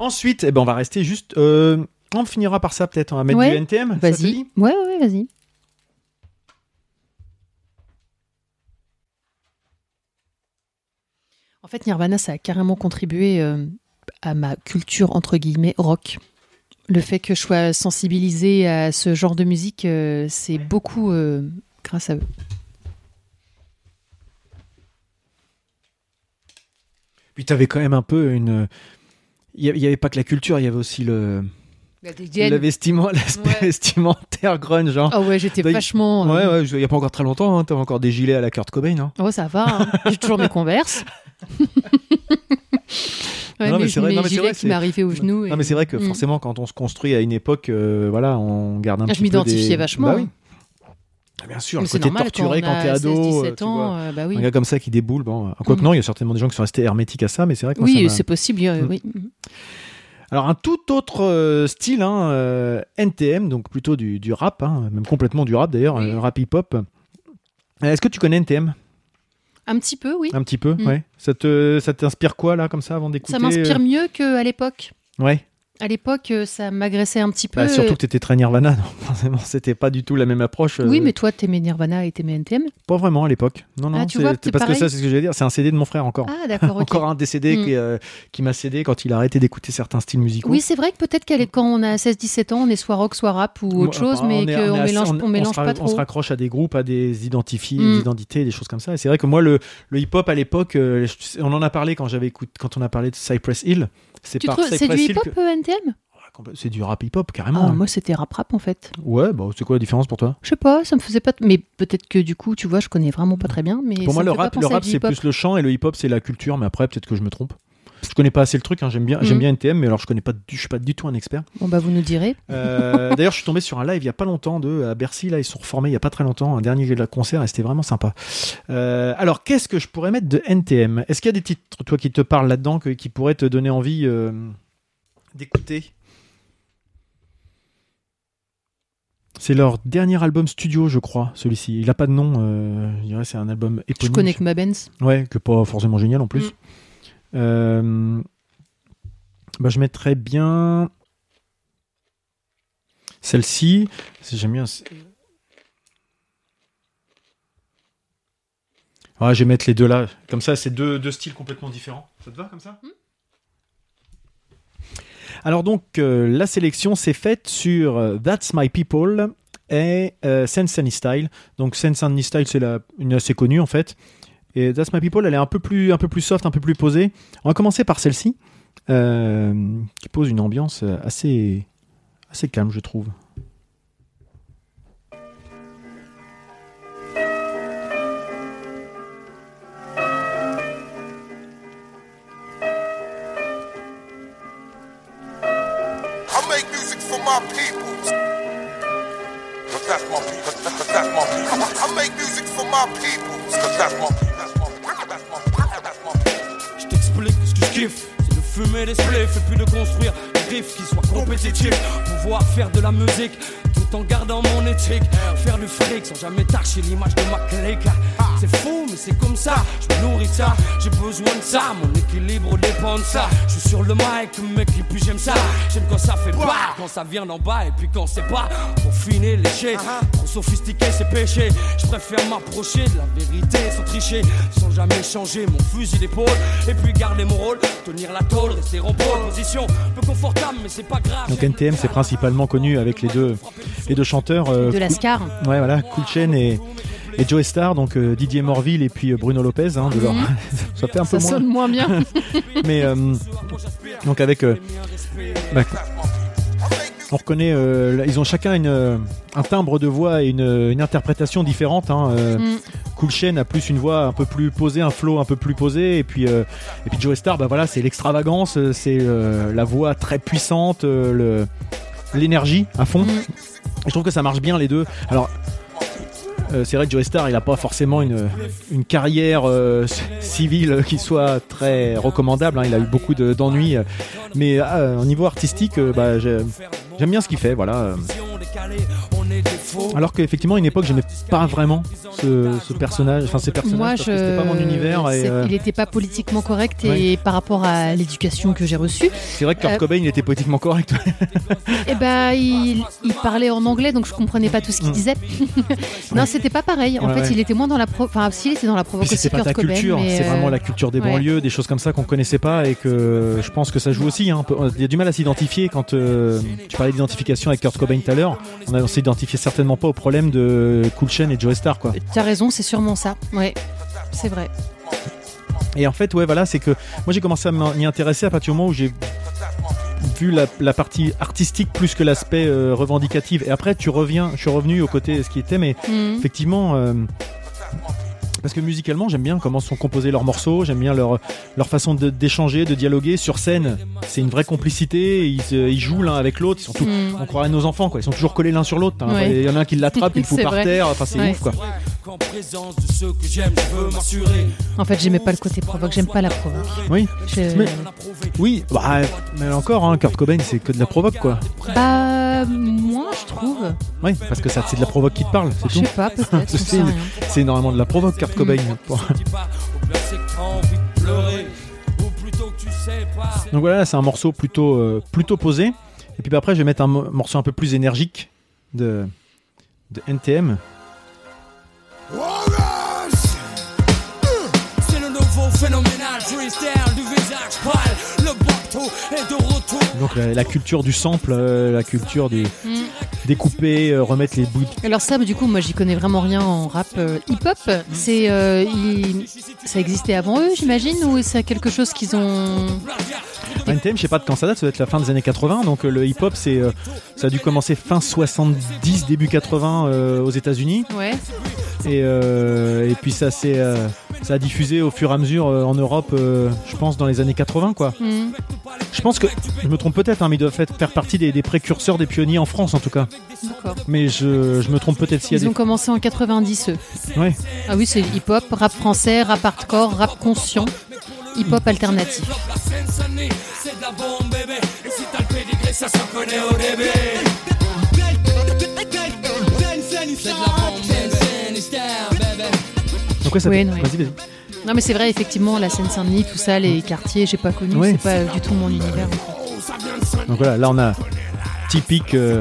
Speaker 1: Ensuite, eh ben, on va rester juste. euh, on finira par ça peut-être. On va mettre
Speaker 2: Ouais.
Speaker 1: du NTM. ça te
Speaker 2: Vas-y.
Speaker 1: dit
Speaker 2: Ouais, ouais, ouais, vas-y. En fait, Nirvana, ça a carrément contribué euh, à ma culture, entre guillemets, rock. Le fait que je sois sensibilisée à ce genre de musique, euh, c'est beaucoup euh, grâce à eux.
Speaker 1: Puis t'avais quand même un peu une. Il y a- il y avait pas que la culture, il y avait aussi le, le vestiment, [laughs] l'aspect
Speaker 2: Ouais.
Speaker 1: vestimentaire grunge. Genre.
Speaker 2: Ah ouais, j'étais
Speaker 1: Bah, il-
Speaker 2: vachement. euh,
Speaker 1: Ouais, ouais, je- il n'y a pas encore très longtemps, hein, t'avais encore des gilets à la Kurt Cobain. hein.
Speaker 2: Oh, ça va,
Speaker 1: [laughs]
Speaker 2: hein. j'ai toujours mes converses. ouais,
Speaker 1: Non, mais
Speaker 2: mais
Speaker 1: c'est
Speaker 2: je
Speaker 1: vrai-
Speaker 2: mets
Speaker 1: non, mais c'est
Speaker 2: gilet
Speaker 1: vrai,
Speaker 2: qui
Speaker 1: c'est-
Speaker 2: m'arrivait aux genoux. et-
Speaker 1: Non, mais c'est vrai que
Speaker 2: Mm.
Speaker 1: forcément, quand on se construit à une époque, euh, voilà, on garde un
Speaker 2: Ah,
Speaker 1: petit
Speaker 2: je
Speaker 1: peu.
Speaker 2: m'identifiais
Speaker 1: des-
Speaker 2: vachement.
Speaker 1: Bah
Speaker 2: hein.
Speaker 1: oui. Ah, Bien sûr,
Speaker 2: Mais
Speaker 1: le
Speaker 2: c'est
Speaker 1: côté
Speaker 2: normal
Speaker 1: torturé
Speaker 2: on
Speaker 1: quand
Speaker 2: a
Speaker 1: t'es ado.
Speaker 2: 16,
Speaker 1: euh,
Speaker 2: 17
Speaker 1: tu
Speaker 2: ans,
Speaker 1: vois.
Speaker 2: euh, bah
Speaker 1: Un
Speaker 2: oui.
Speaker 1: gars comme ça qui déboule. Bon, euh, quoique
Speaker 2: Mm.
Speaker 1: non, il y a certainement des gens qui sont restés hermétiques à ça, mais c'est vrai que moi, ça
Speaker 2: euh, Oui,
Speaker 1: m'a-
Speaker 2: c'est possible. euh,
Speaker 1: Mm.
Speaker 2: oui.
Speaker 1: Alors un tout autre euh, style, hein, euh, NTM, donc plutôt du, du rap, hein, même complètement du rap d'ailleurs, euh, rap hip-hop. Euh, Est-ce que tu connais NTM
Speaker 2: Un petit peu, oui.
Speaker 1: un petit peu
Speaker 2: Mm.
Speaker 1: Ouais. Ça te ça t'inspire quoi là comme ça avant d'écouter
Speaker 2: Ça m'inspire
Speaker 1: euh,
Speaker 2: mieux qu'à l'époque.
Speaker 1: Ouais.
Speaker 2: À l'époque, euh, ça m'agressait un petit peu. euh,
Speaker 1: Bah, surtout que t'étais très Nirvana, [laughs] donc forcément c'était pas du tout la même approche. euh,
Speaker 2: Oui, mais toi, t'aimais Nirvana et t'aimais NTM.
Speaker 1: pas vraiment à l'époque. Non non.
Speaker 2: Ah, tu
Speaker 1: c'est-
Speaker 2: vois,
Speaker 1: c'est
Speaker 2: t'es
Speaker 1: parce que
Speaker 2: pareil.
Speaker 1: ça c'est ce que j'allais dire. C'est un CD de mon frère encore.
Speaker 2: Ah, d'accord, ok.
Speaker 1: Encore un des CD
Speaker 2: Mm.
Speaker 1: qui, euh, qui m'a cédé quand il a arrêté d'écouter certains styles musicaux.
Speaker 2: Oui, c'est vrai que peut-être qu'à l'é- quand on a 16-17 ans, on est soit rock, soit rap ou autre
Speaker 1: Moi,
Speaker 2: chose,
Speaker 1: enfin,
Speaker 2: mais
Speaker 1: bah, est-
Speaker 2: qu'on
Speaker 1: est assez-
Speaker 2: mélange, on,
Speaker 1: se
Speaker 2: mélange
Speaker 1: ra-
Speaker 2: pas trop.
Speaker 1: On se raccroche à des groupes, à des identifiés,
Speaker 2: Mm.
Speaker 1: des identités, des choses comme ça. Et c'est vrai que moi, le, le hip-hop à l'époque, euh, je- on en a parlé quand j'avais écouté, quand on a parlé de Cypress Hill. C'est
Speaker 2: Tu
Speaker 1: par
Speaker 2: trouves- c'est
Speaker 1: Cypress
Speaker 2: du
Speaker 1: Hill
Speaker 2: hip-hop,
Speaker 1: que-
Speaker 2: euh, NTM
Speaker 1: Ah, complè- C'est du rap hip-hop
Speaker 2: Ah,
Speaker 1: carrément. hein.
Speaker 2: Moi, c'était rap-rap, en fait.
Speaker 1: Ouais, bah, c'est quoi la différence pour toi
Speaker 2: Je sais pas, ça me faisait pas. t- Mais peut-être que du coup, tu vois, je connais vraiment pas très bien. Mais
Speaker 1: Mm. Pour
Speaker 2: ça
Speaker 1: moi,
Speaker 2: me
Speaker 1: le
Speaker 2: fait pas
Speaker 1: rap, le
Speaker 2: penser à
Speaker 1: rap,
Speaker 2: du
Speaker 1: c'est
Speaker 2: hip-hop.
Speaker 1: plus le chant et le hip-hop, c'est la culture. Mais après, peut-être que je me trompe. Je connais pas assez le truc. hein, J'aime bien, j'aime
Speaker 2: Mm.
Speaker 1: bien NTM, mais alors je connais pas, du- je suis pas du tout un expert.
Speaker 2: Bon, bah, vous nous direz.
Speaker 1: Euh, D'ailleurs, je suis tombé sur un live il y a pas longtemps de à Bercy. Là, ils sont reformés il y a pas très longtemps. Un dernier concert et c'était vraiment sympa. Euh, alors, qu'est-ce que je pourrais mettre de NTM Est-ce qu'il y a des titres, toi, qui te parlent là-dedans, que- qui pourraient te donner envie euh, d'écouter C'est leur dernier album studio, je crois, celui-ci. Il a pas de nom. euh, je dirais c'est un album
Speaker 2: Je
Speaker 1: éponyme.
Speaker 2: connais que ma Benz.
Speaker 1: Ouais, que pas forcément génial en plus.
Speaker 2: Mm.
Speaker 1: Euh, bah, je mettrais bien celle-ci. C'est- J'aime bien. c'est- Ouais, je vais mettre les deux là. Comme ça, c'est deux, deux styles complètement différents. Ça te va comme ça Alors donc, euh, la sélection s'est faite sur euh, That's My People et euh, Sensani Style. Donc Sensani Style, c'est la- une assez connue en fait. Et That's My People, elle est un peu plus, un peu plus soft, un peu plus posée. On va commencer par celle-ci, euh, qui pose une ambiance assez, assez calme, je trouve.
Speaker 5: I make music for my people. But that's my people. But but that's my people. I make music for my people. But that's my people. That's my people. That's my people. That's my people.
Speaker 6: Je t'explique ce que je kiffe, c'est de fumer des spliffs et puis de construire des riffs qui soient compétitifs. Pouvoir faire de la musique tout en gardant mon éthique. Faire du fric sans jamais tâcher l'image de ma clique. C'est fou, mais c'est comme ça, je me nourris de ça. J'ai besoin de ça, mon équilibre dépend de ça. Je suis sur le mic, mec, et puis j'aime ça. J'aime quand ça fait pas, quand ça vient d'en bas et puis quand c'est pas. Pour finir, léché, trop sophistiqué, c'est péché. Je préfère m'approcher de la vérité sans tricher, sans jamais changer mon fusil d'épaule. Et puis garder mon rôle, tenir la tôle, rester en pole. Position peu confortable, mais c'est pas grave.
Speaker 1: Donc NTM, c'est principalement connu avec les deux, les deux chanteurs, euh,
Speaker 2: De la Scar.
Speaker 1: ouais, voilà, Cool Chain et, et Joe Star, donc euh, Didier Morville et puis euh, Bruno Lopez. hein, de leur- [laughs] ça fait un peu
Speaker 2: Mhm. Ça
Speaker 1: moins,
Speaker 2: sonne
Speaker 1: [laughs]
Speaker 2: moins bien. Mm.
Speaker 1: mais euh, donc avec euh,
Speaker 5: I make music.
Speaker 1: On reconnaît, euh, là, ils ont chacun une, euh, un timbre de voix et une, une interprétation différente. Hein. euh,
Speaker 2: Mm.
Speaker 1: Cool Chain a plus une voix un peu plus posée, un flow un peu plus posé, et puis euh, et puis Joe Star, bah voilà, c'est l'extravagance, euh, c'est euh, la voix très puissante, euh, le l'énergie à fond. Je trouve que ça marche bien les deux. Alors euh, c'est vrai que Joe Star, il a pas forcément une, une carrière euh, civile qui soit très recommandable. hein. Il a eu beaucoup de- d'ennuis, euh, mais euh, au niveau artistique, euh, bah, j'ai- j'aime bien ce qu'il fait. Voilà. euh. Alors qu'effectivement, à une époque, je n'aimais pas vraiment ce, ce personnage, enfin ces personnages,
Speaker 2: Moi,
Speaker 1: parce que c'était
Speaker 2: je.
Speaker 1: pas mon univers. et,
Speaker 2: c'est-
Speaker 1: euh,
Speaker 2: Il n'était pas politiquement correct et par rapport à l'éducation que j'ai reçue,
Speaker 1: C'est vrai que Kurt
Speaker 2: euh,
Speaker 1: Cobain, il était politiquement correct.
Speaker 2: eh ben, il, il parlait en anglais, donc je comprenais pas tout ce
Speaker 1: [laughs]
Speaker 2: qu'il disait. non, c'était pas pareil. En
Speaker 1: Mm. Ouais,
Speaker 2: fait,
Speaker 1: ouais.
Speaker 2: il était moins dans la. pro- Enfin, si, il était dans la
Speaker 1: Puis
Speaker 2: provocation.
Speaker 1: c'était pas ta
Speaker 2: Kurt Cobain,
Speaker 1: culture, hein,
Speaker 2: mais,
Speaker 1: c'est
Speaker 2: euh,
Speaker 1: vraiment la culture des
Speaker 2: ouais.
Speaker 1: banlieues, des choses comme ça qu'on connaissait pas et que je pense que ça joue aussi. hein. Il y a du mal à s'identifier quand euh, tu parlais d'identification avec Kurt Cobain tout à l'heure. On, a- on s'identifiait certainement pas au problème de Cool Chain et Joe Star, quoi.
Speaker 2: T'as raison, c'est sûrement ça. Ouais, c'est vrai.
Speaker 1: Et en fait, ouais, voilà, c'est que moi j'ai commencé à m'y intéresser à partir du moment où j'ai vu la, la partie artistique plus que l'aspect euh, revendicatif. Et après, tu reviens, je suis revenu au côté ce qui était, mais
Speaker 2: Mhm.
Speaker 1: effectivement. euh, parce que musicalement, j'aime bien comment sont composés leurs morceaux, j'aime bien leur, leur façon de- d'échanger, de, dialoguer. Sur scène, c'est une vraie complicité, ils, se- ils jouent l'un avec l'autre, ils sont tous-
Speaker 2: Mm.
Speaker 1: on croirait nos enfants, quoi. ils sont toujours collés l'un sur l'autre. hein.
Speaker 2: Ouais. [laughs]
Speaker 1: Il y en a un qui l'attrape, il le fout
Speaker 2: C'est
Speaker 1: par
Speaker 2: vrai.
Speaker 1: terre, enfin c'est
Speaker 2: Ouais.
Speaker 1: ouf quoi.
Speaker 6: en présence de ceux que j'aime, je veux m'assurer.
Speaker 2: En fait, j'aimais pas le côté provoque, j'aime pas la provoque.
Speaker 1: Oui.
Speaker 2: Je-
Speaker 1: Mais- Oui, bah, mais encore, hein, Kurt Cobain, c'est que de la provoque, quoi.
Speaker 2: Bah, moins, je trouve.
Speaker 1: Oui, parce que ça, c'est de la provoque qui te parle, c'est
Speaker 2: Je
Speaker 1: tout.
Speaker 2: sais pas, hein. peut-être. j'en sais
Speaker 1: C'est-
Speaker 2: rien.
Speaker 1: C'est énormément de la provoque, Kurt Cobain. Bon. [laughs] Donc voilà, c'est un morceau plutôt, euh, plutôt posé. Et puis bah, après, je vais mettre un mo- morceau un peu plus énergique de, de NTM.
Speaker 6: C'est le nouveau phénoménal freestyle du visage pâle. Le bateau est de retour.
Speaker 1: Donc la, la culture du sample, euh, la culture des
Speaker 2: Mm.
Speaker 1: découper, euh, remettre les bouts.
Speaker 2: Alors ça, du coup, moi, j'y connais vraiment rien en rap euh, hip-hop. C'est, euh, il- ça existait avant eux, j'imagine, ou c'est quelque chose qu'ils ont.
Speaker 1: NTM, je sais pas de quand ça date, ça doit être la fin des années 80. Donc euh, le hip-hop, c'est euh, ça a dû commencer fin 70, début 80 euh, aux États-Unis.
Speaker 2: Ouais.
Speaker 1: Et, euh, et puis ça s'est euh, ça a diffusé au fur et à mesure euh, en Europe, euh, je pense dans les années 80 quoi.
Speaker 2: Hmm.
Speaker 1: Je pense que je me trompe peut-être, hein, mais ils doivent fait- faire partie des, des précurseurs des pionniers en France en tout cas.
Speaker 2: D'accord.
Speaker 1: Mais je, je me trompe peut-être s'il y
Speaker 2: Ils
Speaker 1: a
Speaker 2: ont commencé en 90 eux.
Speaker 1: des. Ouais.
Speaker 2: Ah oui, c'est hip-hop, rap français, rap hardcore, rap conscient, hip-hop alternatif.
Speaker 6: La Seine-Saint-Denis, c'est de la bombe, bébé. Et si t'as le pédigré, ça s'en connaît au début. C'est de la bombe, bébé.
Speaker 1: Donc ouais, ça
Speaker 2: Oui,
Speaker 1: fait-
Speaker 2: non, oui.
Speaker 1: Vas-y, vas-y.
Speaker 2: Non mais c'est vrai, effectivement, la Seine-Saint-Denis, tout ça, les quartiers, j'ai pas connu,
Speaker 1: Oui.
Speaker 2: c'est pas du tout mon univers. en
Speaker 1: Donc voilà, là on a typique euh,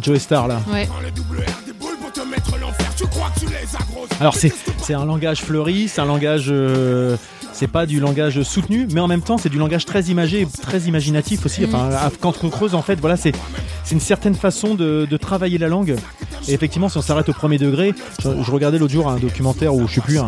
Speaker 1: Joe Star là.
Speaker 2: fait. Ouais.
Speaker 1: Alors c'est c'est un langage fleuri, c'est un langage euh, c'est pas du langage soutenu, mais en même temps c'est du langage très imagé, et très imaginatif
Speaker 2: Mm.
Speaker 1: aussi. Enfin, à- quand on creuse en fait, voilà c'est c'est une certaine façon de, de travailler la langue. Et effectivement, si on s'arrête au premier degré, je, je regardais l'autre jour un documentaire ou je sais plus un-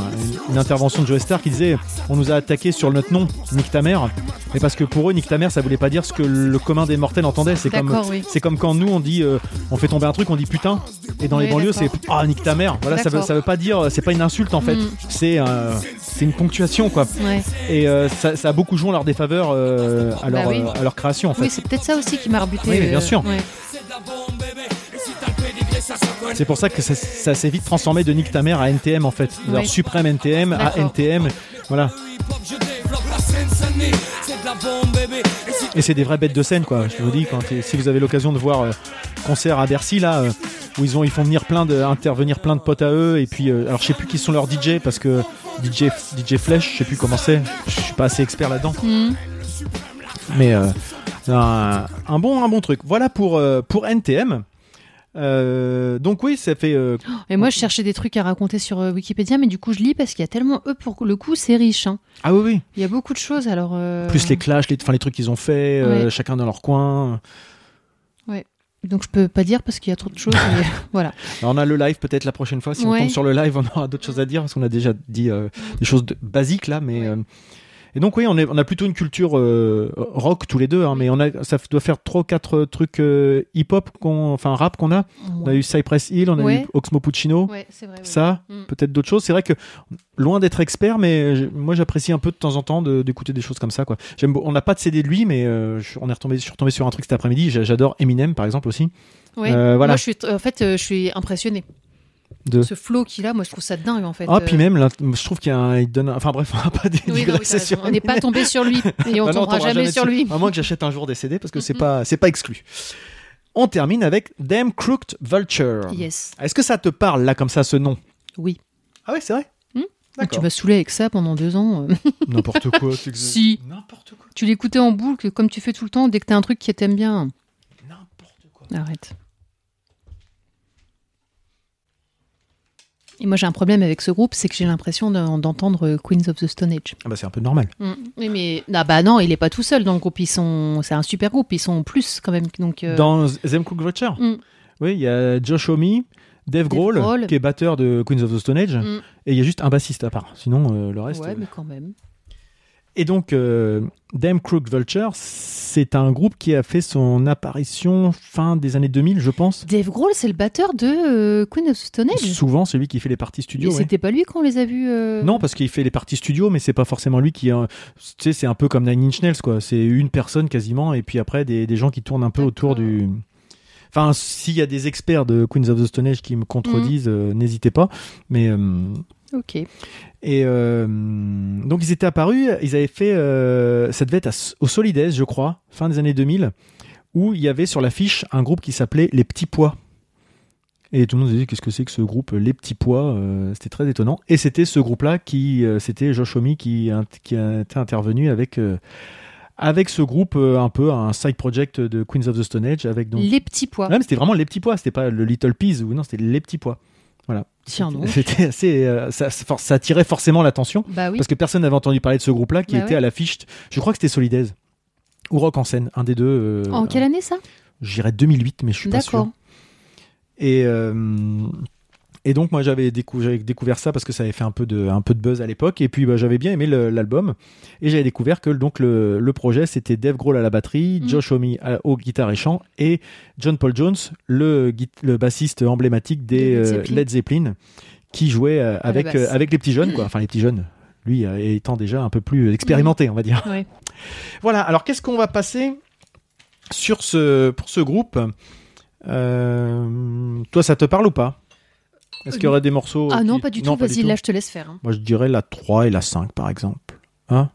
Speaker 1: une intervention de Joe Star qui disait on nous a attaqué sur notre nom, nique ta mère. Mais parce que pour eux, nique ta mère, ça voulait pas dire ce que le commun des mortels entendait. C'est comme
Speaker 2: D'accord, oui.
Speaker 1: c'est comme quand nous on dit euh, on fait tomber un truc, on dit putain, et dans les
Speaker 2: Oui,
Speaker 1: banlieues c'est
Speaker 2: d'accord.
Speaker 1: ah nique ta mère. Voilà, ça veut,
Speaker 2: D'accord.
Speaker 1: ça veut pas dire, euh, c'est pas une insulte en fait,
Speaker 2: Mm.
Speaker 1: c'est euh, c'est une ponctuation quoi.
Speaker 2: Ouais.
Speaker 1: Et euh, ça, ça a beaucoup joué en leur défaveur euh, à, leur,
Speaker 2: Bah oui.
Speaker 1: euh, à leur création en fait.
Speaker 2: Oui, c'est peut-être ça aussi qui m'a rebuté.
Speaker 1: Oui, mais bien
Speaker 2: euh,
Speaker 1: sûr.
Speaker 2: ouais.
Speaker 6: C'est de la bombe, bébé. Et si t'as le pédigré, ça s'en connaît.
Speaker 1: C'est pour ça que ça, ça s'est vite transformé de nique ta mère à NTM en fait,
Speaker 2: Oui.
Speaker 1: leur suprême NTM à
Speaker 2: D'accord.
Speaker 1: NTM, voilà.
Speaker 6: Le hip-hop, je développe la Seine-Saint-Denis. C'est de la bombe, bébé. Et si
Speaker 1: Et c'est des vraies bêtes de scène quoi. Je vous dis quand si vous avez l'occasion de voir euh, concert à Bercy là. euh, où ils, ont, ils font venir plein de, intervenir plein de potes à eux et puis euh, alors je sais plus qui sont leurs DJ parce que DJ F- DJ Flash je sais plus comment c'est je suis pas assez expert là-dedans
Speaker 2: Hmm.
Speaker 1: mais euh, un, un bon un bon truc voilà pour euh, pour NTM Euh, donc oui ça fait euh,
Speaker 2: Et moi, je cherchais des trucs à raconter sur euh, Wikipédia, mais du coup, je lis parce qu'il y a tellement eux pour le coup, c'est riche. hein.
Speaker 1: ah oui oui
Speaker 2: Il y a beaucoup de choses. Alors euh,
Speaker 1: plus les clashs les, enfin, les trucs qu'ils ont fait euh,
Speaker 2: Ouais.
Speaker 1: chacun dans leur coin
Speaker 2: Donc je peux pas dire parce qu'il y a trop de choses. mais voilà.
Speaker 1: Alors, on a le live peut-être la prochaine fois. Si
Speaker 2: Ouais.
Speaker 1: on tombe sur le live, on aura d'autres choses à dire parce qu'on a déjà dit euh, des choses de- basiques là. Mais
Speaker 2: Ouais.
Speaker 1: euh, et donc oui, on, est- on a plutôt une culture euh, rock tous les deux, hein, mais on a ça doit faire trois quatre trucs euh, hip-hop qu'on, enfin rap qu'on a. [laughs] On a eu Cypress Hill, on a
Speaker 2: Ouais.
Speaker 1: eu Oxmo Puccino,
Speaker 2: [laughs] Ouais, c'est vrai. oui.
Speaker 1: ça.
Speaker 2: Mm.
Speaker 1: Peut-être d'autres choses. C'est vrai que loin d'être expert, mais je- moi j'apprécie un peu de temps en temps de- d'écouter des choses comme ça. Quoi. J'aime, be- on n'a pas de CD de lui, mais euh, je- on est retombé, je suis retombé sur un truc cet après-midi. J'a- J'adore Eminem par exemple aussi.
Speaker 2: Ouais.
Speaker 1: Euh, voilà.
Speaker 2: Moi, je suis, en fait, euh, je suis impressionnée.
Speaker 1: De-
Speaker 2: Ce flow qu'il a, moi, je trouve ça dingue, en fait.
Speaker 1: Ah,
Speaker 2: Euh,
Speaker 1: puis même, là, je trouve qu'il y a un- il donne. un- Enfin bref, [laughs] on va pas
Speaker 2: oui, non, oui,
Speaker 1: digresser
Speaker 2: t'as
Speaker 1: sur.
Speaker 2: raison. on n'est pas tombé sur
Speaker 1: [laughs]
Speaker 2: lui et on
Speaker 1: Bah non,
Speaker 2: tombera jamais, sur
Speaker 1: dessus.
Speaker 2: lui.
Speaker 1: À moins que j'achète un jour des CD parce que c'est pas, c'est pas exclu. On termine avec Damn Crooked Vulture.
Speaker 2: Yes,
Speaker 1: Est-ce que ça te parle là comme ça ce nom
Speaker 2: oui.
Speaker 1: Ah ouais, c'est vrai.
Speaker 2: Hmm Tu
Speaker 1: D'accord.
Speaker 2: vas saouler avec ça pendant deux ans. euh. [laughs]
Speaker 1: N'importe quoi. tu exa-
Speaker 2: Si.
Speaker 1: N'importe quoi.
Speaker 2: tu l'écoutais en boucle, comme tu fais tout le temps, dès que t'as un truc qui t'aime bien.
Speaker 1: N'importe quoi.
Speaker 2: Arrête. Et moi, j'ai un problème avec ce groupe, c'est que j'ai l'impression d'en- d'entendre euh, Queens of the Stone Age.
Speaker 1: Ah bah c'est un peu normal.
Speaker 2: Mm. Oui, mais ah bah non, il est pas tout seul dans le groupe. Ils sont, c'est un super groupe. Ils sont plus quand même. Donc euh,
Speaker 1: Dans Damn Crooked Vulture.
Speaker 2: Hmm.
Speaker 1: Oui, il y a Josh Homme, Dave Grohl,
Speaker 2: Grohl.
Speaker 1: qui est batteur de Queens of the Stone Age,
Speaker 2: Hmm.
Speaker 1: et il y a juste un bassiste à part. Sinon, euh, le reste.
Speaker 2: ouais,
Speaker 1: euh,
Speaker 2: mais quand même.
Speaker 1: Et donc, euh, Damn Crooked Vulture, c'est un groupe qui a fait son apparition fin des années 2000, je pense.
Speaker 2: Dave Grohl, c'est le batteur de euh, Queen of the Stone Age.
Speaker 1: Souvent, celui qui fait les parties
Speaker 2: Et
Speaker 1: studio. ouais.
Speaker 2: c'était pas lui quand on les a vus. euh,
Speaker 1: Non, parce qu'il fait les parties studio, mais c'est pas forcément lui qui. euh, tu sais, c'est un peu comme Nine Inch Nails, quoi. C'est une personne quasiment, et puis après, des, des gens qui tournent un peu autour
Speaker 2: D'accord.
Speaker 1: du. Enfin, s'il y a des experts de Queens of the Stone Age qui me contredisent,
Speaker 2: Mm.
Speaker 1: euh, n'hésitez pas. Mais euh,
Speaker 2: Ok.
Speaker 1: et euh, donc ils étaient apparus, ils avaient fait, euh, ça devait être à- au Solides, je crois, fin des années 2000, où il y avait sur l'affiche un groupe qui s'appelait Les Petits Pois. Et tout le monde se disait qu'est-ce que c'est que ce groupe Les Petits Pois Euh, C'était très étonnant. Et c'était ce groupe-là qui, euh, c'était Josh Homme qui, int- qui a été intervenu avec. euh, avec ce groupe, euh, un peu un side project de Queens of the Stone Age, avec donc
Speaker 2: Les petits pois.
Speaker 1: Ouais, mais c'était vraiment les petits pois, c'était pas le Little Peas ou non, c'était les petits pois. [laughs]
Speaker 2: Tiens donc.
Speaker 1: C'était assez, euh, ça, ça for- ça attirait forcément l'attention
Speaker 2: Bah oui.
Speaker 1: parce que personne n'avait entendu parler de ce groupe-là qui
Speaker 2: Bah
Speaker 1: était
Speaker 2: ouais.
Speaker 1: à l'affiche. Je crois que c'était Solidaise ou Rock en scène, un des deux. euh,
Speaker 2: En quelle année ça
Speaker 1: J'irais 2008, mais je suis pas
Speaker 2: D'accord.
Speaker 1: sûr. Et euh, et donc moi j'avais décou- j'avais découvert ça parce que ça avait fait un peu de un peu de buzz à l'époque et puis bah, j'avais bien aimé le- l'album et j'avais découvert que donc le, le projet c'était Dave Grohl à la batterie,
Speaker 2: Mhm.
Speaker 1: Josh Homme à- aux guitares et chant et John Paul Jones le guit- le bassiste emblématique des
Speaker 2: De Led
Speaker 1: euh,
Speaker 2: Zeppelin.
Speaker 1: Led Zeppelin qui jouait euh,
Speaker 2: la
Speaker 1: avec
Speaker 2: basse.
Speaker 1: euh, avec les petits jeunes quoi, enfin les petits jeunes lui euh, étant déjà un peu plus
Speaker 2: Mm.
Speaker 1: expérimenté on va dire.
Speaker 2: Ouais.
Speaker 1: Voilà, alors qu'est-ce qu'on va passer sur ce, pour ce groupe Euh, Toi, ça te parle ou pas Est-ce qu'il y aurait des morceaux
Speaker 2: Ah
Speaker 1: qui-
Speaker 2: non, pas du tout. Vas-y,
Speaker 1: tout.
Speaker 2: là, je te laisse faire. hein.
Speaker 1: Moi, je dirais la 3 et la 5, par exemple. Hein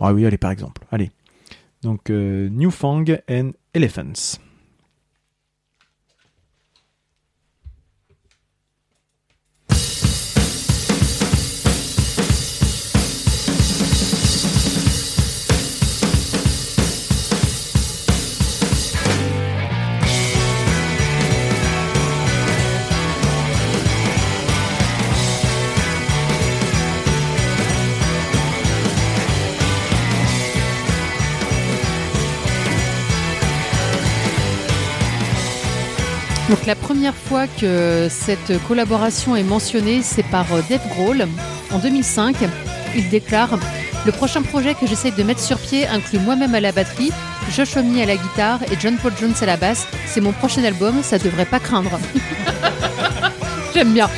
Speaker 1: Ah oui, allez, par exemple. Allez. Donc, euh, New Fang and Elephants.
Speaker 2: Donc la première fois que cette collaboration est mentionnée, c'est par euh, Dave Grohl. En 2005, il déclare Le prochain projet que j'essaye de mettre sur pied inclut moi-même à la batterie, Josh Homme à la guitare et John Paul Jones à la basse. C'est mon prochain album, ça devrait pas craindre. [laughs] J'aime bien.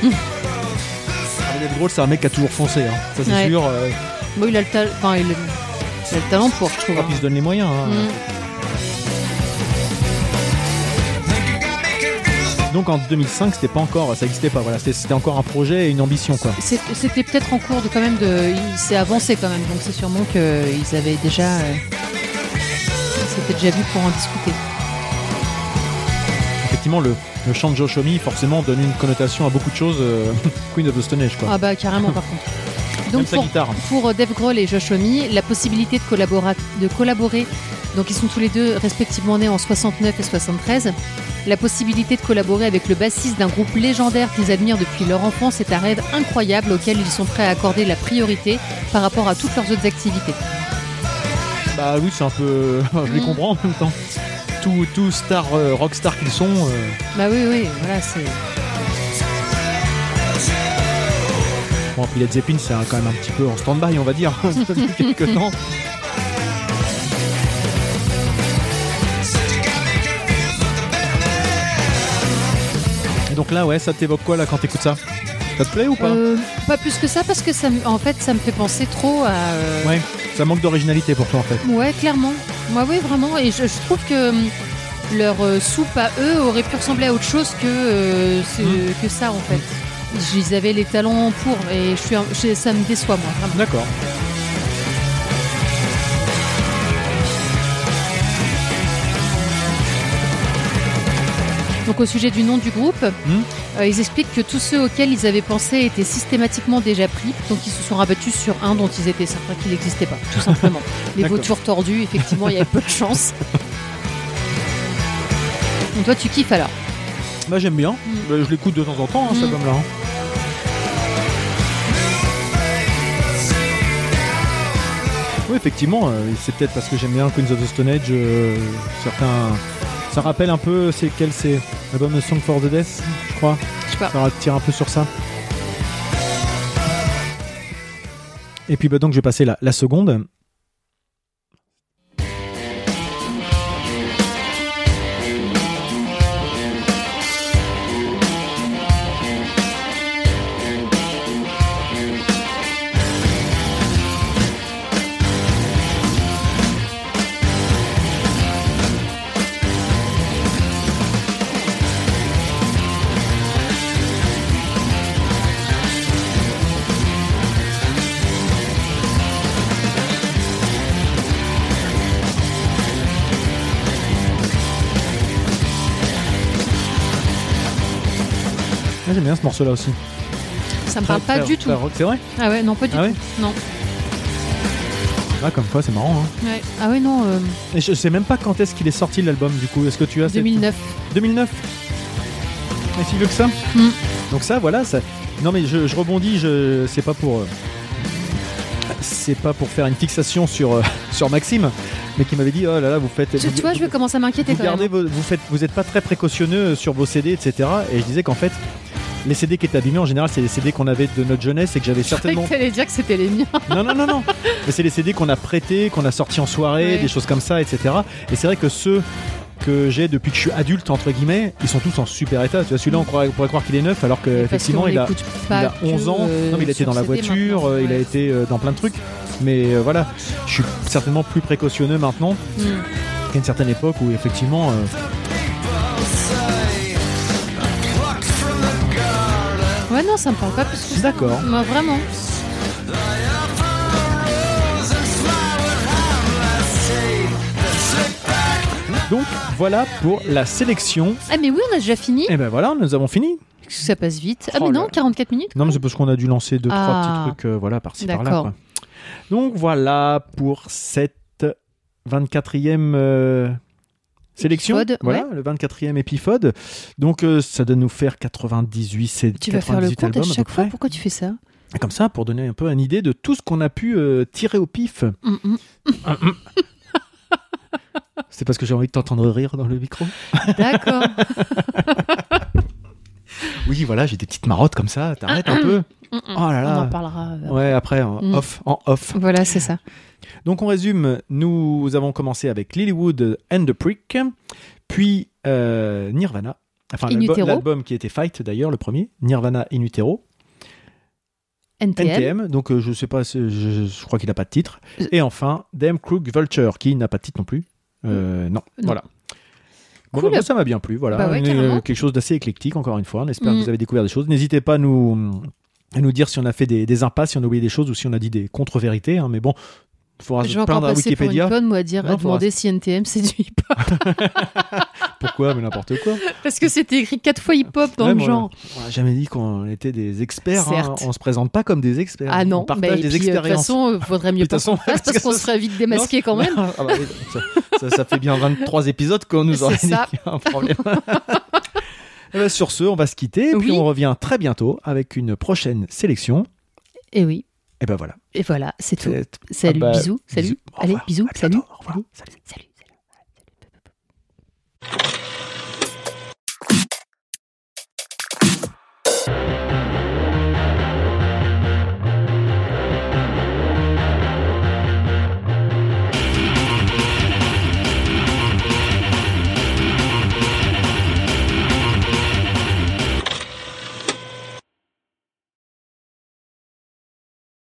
Speaker 1: Dave Grohl, c'est un mec qui a toujours foncé. hein. Ça, c'est
Speaker 2: Ouais.
Speaker 1: sûr. euh,
Speaker 2: Bon, il a le, ta- enfin, il- il a le talent pour, je trouve.
Speaker 1: hop, il se donne les moyens. hein.
Speaker 2: Mm.
Speaker 1: Donc, en 2005, c'était pas encore, ça n'existait pas. Voilà, c'était- c'était encore un projet et une ambition, quoi.
Speaker 2: C'est- C'était peut-être en cours de quand même de. Il s'est avancé quand même, donc c'est sûrement qu'ils avaient déjà. euh, C'était déjà vu pour en discuter.
Speaker 1: Effectivement, le, le chant de Joshomi, forcément, donne une connotation à beaucoup de choses. euh, Queen of the Stone Age, quoi.
Speaker 2: Ah bah carrément par contre.
Speaker 1: Même
Speaker 2: Donc
Speaker 1: sa
Speaker 2: pour,
Speaker 1: guitare.
Speaker 2: pour euh, Dave Grohl et Josh Homme, la possibilité de collaborer, de collaborer, donc ils sont tous les deux respectivement nés en 69 et 73, la possibilité de collaborer avec le bassiste d'un groupe légendaire qu'ils admirent depuis leur enfance est un rêve incroyable auquel ils sont prêts à accorder la priorité par rapport à toutes leurs autres activités.
Speaker 1: Bah oui, c'est un peu. [laughs] Je les
Speaker 2: Mm.
Speaker 1: comprends en même temps. Tous tout star, euh, rockstar qu'ils sont. euh,
Speaker 2: Bah oui, oui, voilà, c'est...
Speaker 1: Bon, puis Led Zeppelin, c'est un- quand même un petit peu en stand-by, on va dire, [laughs] depuis
Speaker 2: [laughs]
Speaker 1: quelques temps. Et donc là, ouais, ça t'évoque quoi là quand t'écoutes ça Ça te plaît ou pas
Speaker 2: Euh, pas plus que ça parce que ça, me- en fait, ça me fait penser trop à. euh,
Speaker 1: Ouais, ça manque d'originalité pour toi en fait.
Speaker 2: Ouais, clairement. Moi, oui, vraiment. Et je, je trouve que hum, leur euh, soupe à eux aurait pu ressembler à autre chose que, euh, ce-
Speaker 1: Hum.
Speaker 2: que ça, en fait. Ils avaient les talents pour, et je suis, un- je- ça me déçoit, moi, vraiment.
Speaker 1: D'accord. Hum.
Speaker 2: Donc, au sujet du nom du groupe, euh, ils expliquent que tous ceux auxquels ils avaient pensé étaient systématiquement déjà pris, donc ils se sont rabattus sur un dont ils étaient certains qu'il n'existait pas, tout
Speaker 1: [laughs]
Speaker 2: simplement. les
Speaker 1: D'accord.
Speaker 2: vautours tordus, effectivement, il y avait peu
Speaker 1: [laughs]
Speaker 2: de chance. Donc, toi, tu kiffes alors
Speaker 1: Moi j'aime bien, Euh, je l'écoute de temps en temps, hein, cet
Speaker 2: Mm.
Speaker 1: album-là. hein. Oui, effectivement, euh, c'est peut-être parce que j'aime bien Queens of the Stone Age, euh, certains. Ça rappelle un peu, c'est quel c'est L'album de Song for the Death, je crois.
Speaker 2: Je sais pas.
Speaker 1: Ça tire un peu sur ça. Et puis bah, donc je vais passer la, la seconde. Ah, j'aime bien ce morceau-là aussi.
Speaker 2: Ça me parle pas
Speaker 1: Très-
Speaker 2: du tout.
Speaker 1: très rock. C'est vrai
Speaker 2: Ah ouais, non, pas du
Speaker 1: Ah ouais
Speaker 2: tout. Non.
Speaker 1: Ah, comme quoi, c'est marrant. hein.
Speaker 2: Ouais. Ah ouais, non, euh,
Speaker 1: Et je sais même pas quand est-ce qu'il est sorti l'album, du coup. Est-ce que tu as cette-
Speaker 2: 2009.
Speaker 1: 2009 Mais si vieux que ça
Speaker 2: Mm.
Speaker 1: Donc ça, voilà. Ça... Non mais je, je rebondis, je... c'est pas pour... euh, C'est pas pour faire une fixation sur, euh, [laughs] sur Maxime, mais qui m'avait dit, oh là là, vous faites...
Speaker 2: Tu,
Speaker 1: vous-
Speaker 2: tu vois, je vais commencer à m'inquiéter
Speaker 1: vous,
Speaker 2: quand [laughs]
Speaker 1: gardez
Speaker 2: même.
Speaker 1: vos- vous, faites, vous êtes pas très précautionneux sur vos CD, etc. Et je disais qu'en fait, les CD qui étaient abîmés, en général, c'est les CD qu'on avait de notre jeunesse et que
Speaker 2: [laughs]
Speaker 1: j'avais
Speaker 2: Je croyais
Speaker 1: certainement Euh,
Speaker 2: que t'allais dire que c'était les miens.
Speaker 1: non, non, non, non. Mais c'est les CD qu'on a prêtés, qu'on a sortis en soirée,
Speaker 2: Ouais.
Speaker 1: des choses comme ça, etc. Et c'est vrai que ceux que j'ai depuis que je suis adulte, entre guillemets, ils sont tous en super état. Tu vois, celui-là, on, croirait- on pourrait croire qu'il est neuf, alors qu'effectivement, il a, il a 11 ans.
Speaker 2: euh,
Speaker 1: non, mais il a été dans la voiture, euh, il a été euh, dans plein de trucs. Mais euh, voilà, je suis certainement plus précautionneux maintenant
Speaker 2: Hmm.
Speaker 1: qu'à une certaine époque où, effectivement, euh,
Speaker 2: Ouais, non, ça me parle pas plus que ça.
Speaker 1: D'accord.
Speaker 2: Moi, vraiment.
Speaker 1: donc voilà pour la sélection.
Speaker 2: Ah, mais oui, on a déjà fini.
Speaker 1: Et ben voilà, nous avons fini.
Speaker 2: Ça passe vite. Ah,
Speaker 1: Oh
Speaker 2: mais non,
Speaker 1: là.
Speaker 2: 44 minutes.
Speaker 1: Non, mais c'est parce qu'on a dû lancer deux,
Speaker 2: Ah.
Speaker 1: trois petits trucs, euh, voilà, par-ci, par-là.
Speaker 2: D'accord.
Speaker 1: quoi. Donc voilà pour cette 24e euh, sélection.
Speaker 2: Épiphode,
Speaker 1: voilà, le 24e épiphode. Donc euh, ça doit nous faire 98, c'est
Speaker 2: Tu vas faire le
Speaker 1: 98
Speaker 2: compte à
Speaker 1: albums à peu
Speaker 2: chaque fois.
Speaker 1: près.
Speaker 2: Pourquoi tu fais ça
Speaker 1: Comme ça, pour donner un peu une idée de tout ce qu'on a pu euh, tirer au
Speaker 2: [laughs]
Speaker 1: pif.
Speaker 2: Hum,
Speaker 1: mm.
Speaker 2: hum.
Speaker 1: C'est parce que j'ai envie de t'entendre rire dans le micro.
Speaker 2: D'accord.
Speaker 1: Oui, voilà, j'ai des petites marottes comme ça. T'arrêtes
Speaker 2: [coughs]
Speaker 1: un peu.
Speaker 2: Hum, hum.
Speaker 1: Oh là là.
Speaker 2: On en parlera. euh,
Speaker 1: Ouais, après, en
Speaker 2: Mm.
Speaker 1: off, en off.
Speaker 2: Voilà, c'est ça.
Speaker 1: Donc on résume, nous avons commencé avec Lilywood and the Prick, puis euh, Nirvana, enfin
Speaker 2: In
Speaker 1: l'album-
Speaker 2: Utero.
Speaker 1: l'album qui était Fight d'ailleurs, le premier, Nirvana In Utero,
Speaker 2: NTM.
Speaker 1: NTM, donc euh, je sais pas, c'est- je, je crois qu'il n'a pas de titre, et enfin Dame Krug Vulture qui n'a pas de titre non plus. Euh, non,
Speaker 2: Hmm. Non.
Speaker 1: voilà. Bon,
Speaker 2: Cool.
Speaker 1: bah, moi, ça m'a bien plu, voilà.
Speaker 2: Bah ouais,
Speaker 1: Une- euh,
Speaker 2: carrément.
Speaker 1: quelque chose d'assez éclectique, encore une fois. hein. On espère
Speaker 2: Mm.
Speaker 1: que vous avez découvert des choses. N'hésitez pas à nous, à nous dire si on a fait des, des impasses, si on a oublié des choses ou si on a dit des contre-vérités. hein, mais bon, il faudra
Speaker 2: Je
Speaker 1: se
Speaker 2: vais encore
Speaker 1: plaindre à
Speaker 2: passer pour
Speaker 1: Wikipédia.
Speaker 2: une conne, moi, à dire,
Speaker 1: Non,
Speaker 2: à
Speaker 1: faudra-
Speaker 2: demander si NTM c'est du hip-hop. [laughs]
Speaker 1: Pourquoi Mais n'importe quoi.
Speaker 2: Parce que c'était écrit quatre fois hip-hop dans
Speaker 1: Ouais,
Speaker 2: le
Speaker 1: mais on-
Speaker 2: genre.
Speaker 1: On n'a jamais dit qu'on était des experts. hein.
Speaker 2: Certes.
Speaker 1: On se présente pas comme des experts.
Speaker 2: Ah non,
Speaker 1: on partage
Speaker 2: mais
Speaker 1: des
Speaker 2: puis, euh, de toute
Speaker 1: expériences.
Speaker 2: façon, euh, vaudrait
Speaker 1: [laughs]
Speaker 2: mieux
Speaker 1: Puis, de
Speaker 2: pas
Speaker 1: toute façon,
Speaker 2: qu'on le fasse parce
Speaker 1: parce
Speaker 2: qu'on
Speaker 1: que-
Speaker 2: serait vite démasqué
Speaker 1: Non,
Speaker 2: quand même.
Speaker 1: Ah bah oui, ça, ça- ça fait bien 23 épisodes qu'on nous aurait
Speaker 2: C'est
Speaker 1: dit
Speaker 2: ça.
Speaker 1: qu'il y a un
Speaker 2: [laughs]
Speaker 1: problème. Eh ben, sur ce, on va se quitter, puis
Speaker 2: Oui.
Speaker 1: on revient très bientôt avec une prochaine sélection.
Speaker 2: Et Eh oui.
Speaker 1: Et ben voilà.
Speaker 2: Et voilà, c'est tout.
Speaker 1: C'est-
Speaker 2: Salut,
Speaker 1: bah,
Speaker 2: bisous, salut.
Speaker 1: bisous. Au
Speaker 2: Allez,
Speaker 1: revoir.
Speaker 2: bisous,
Speaker 1: À bientôt.
Speaker 2: salut.
Speaker 1: Au revoir.
Speaker 2: Salut, salut. salut.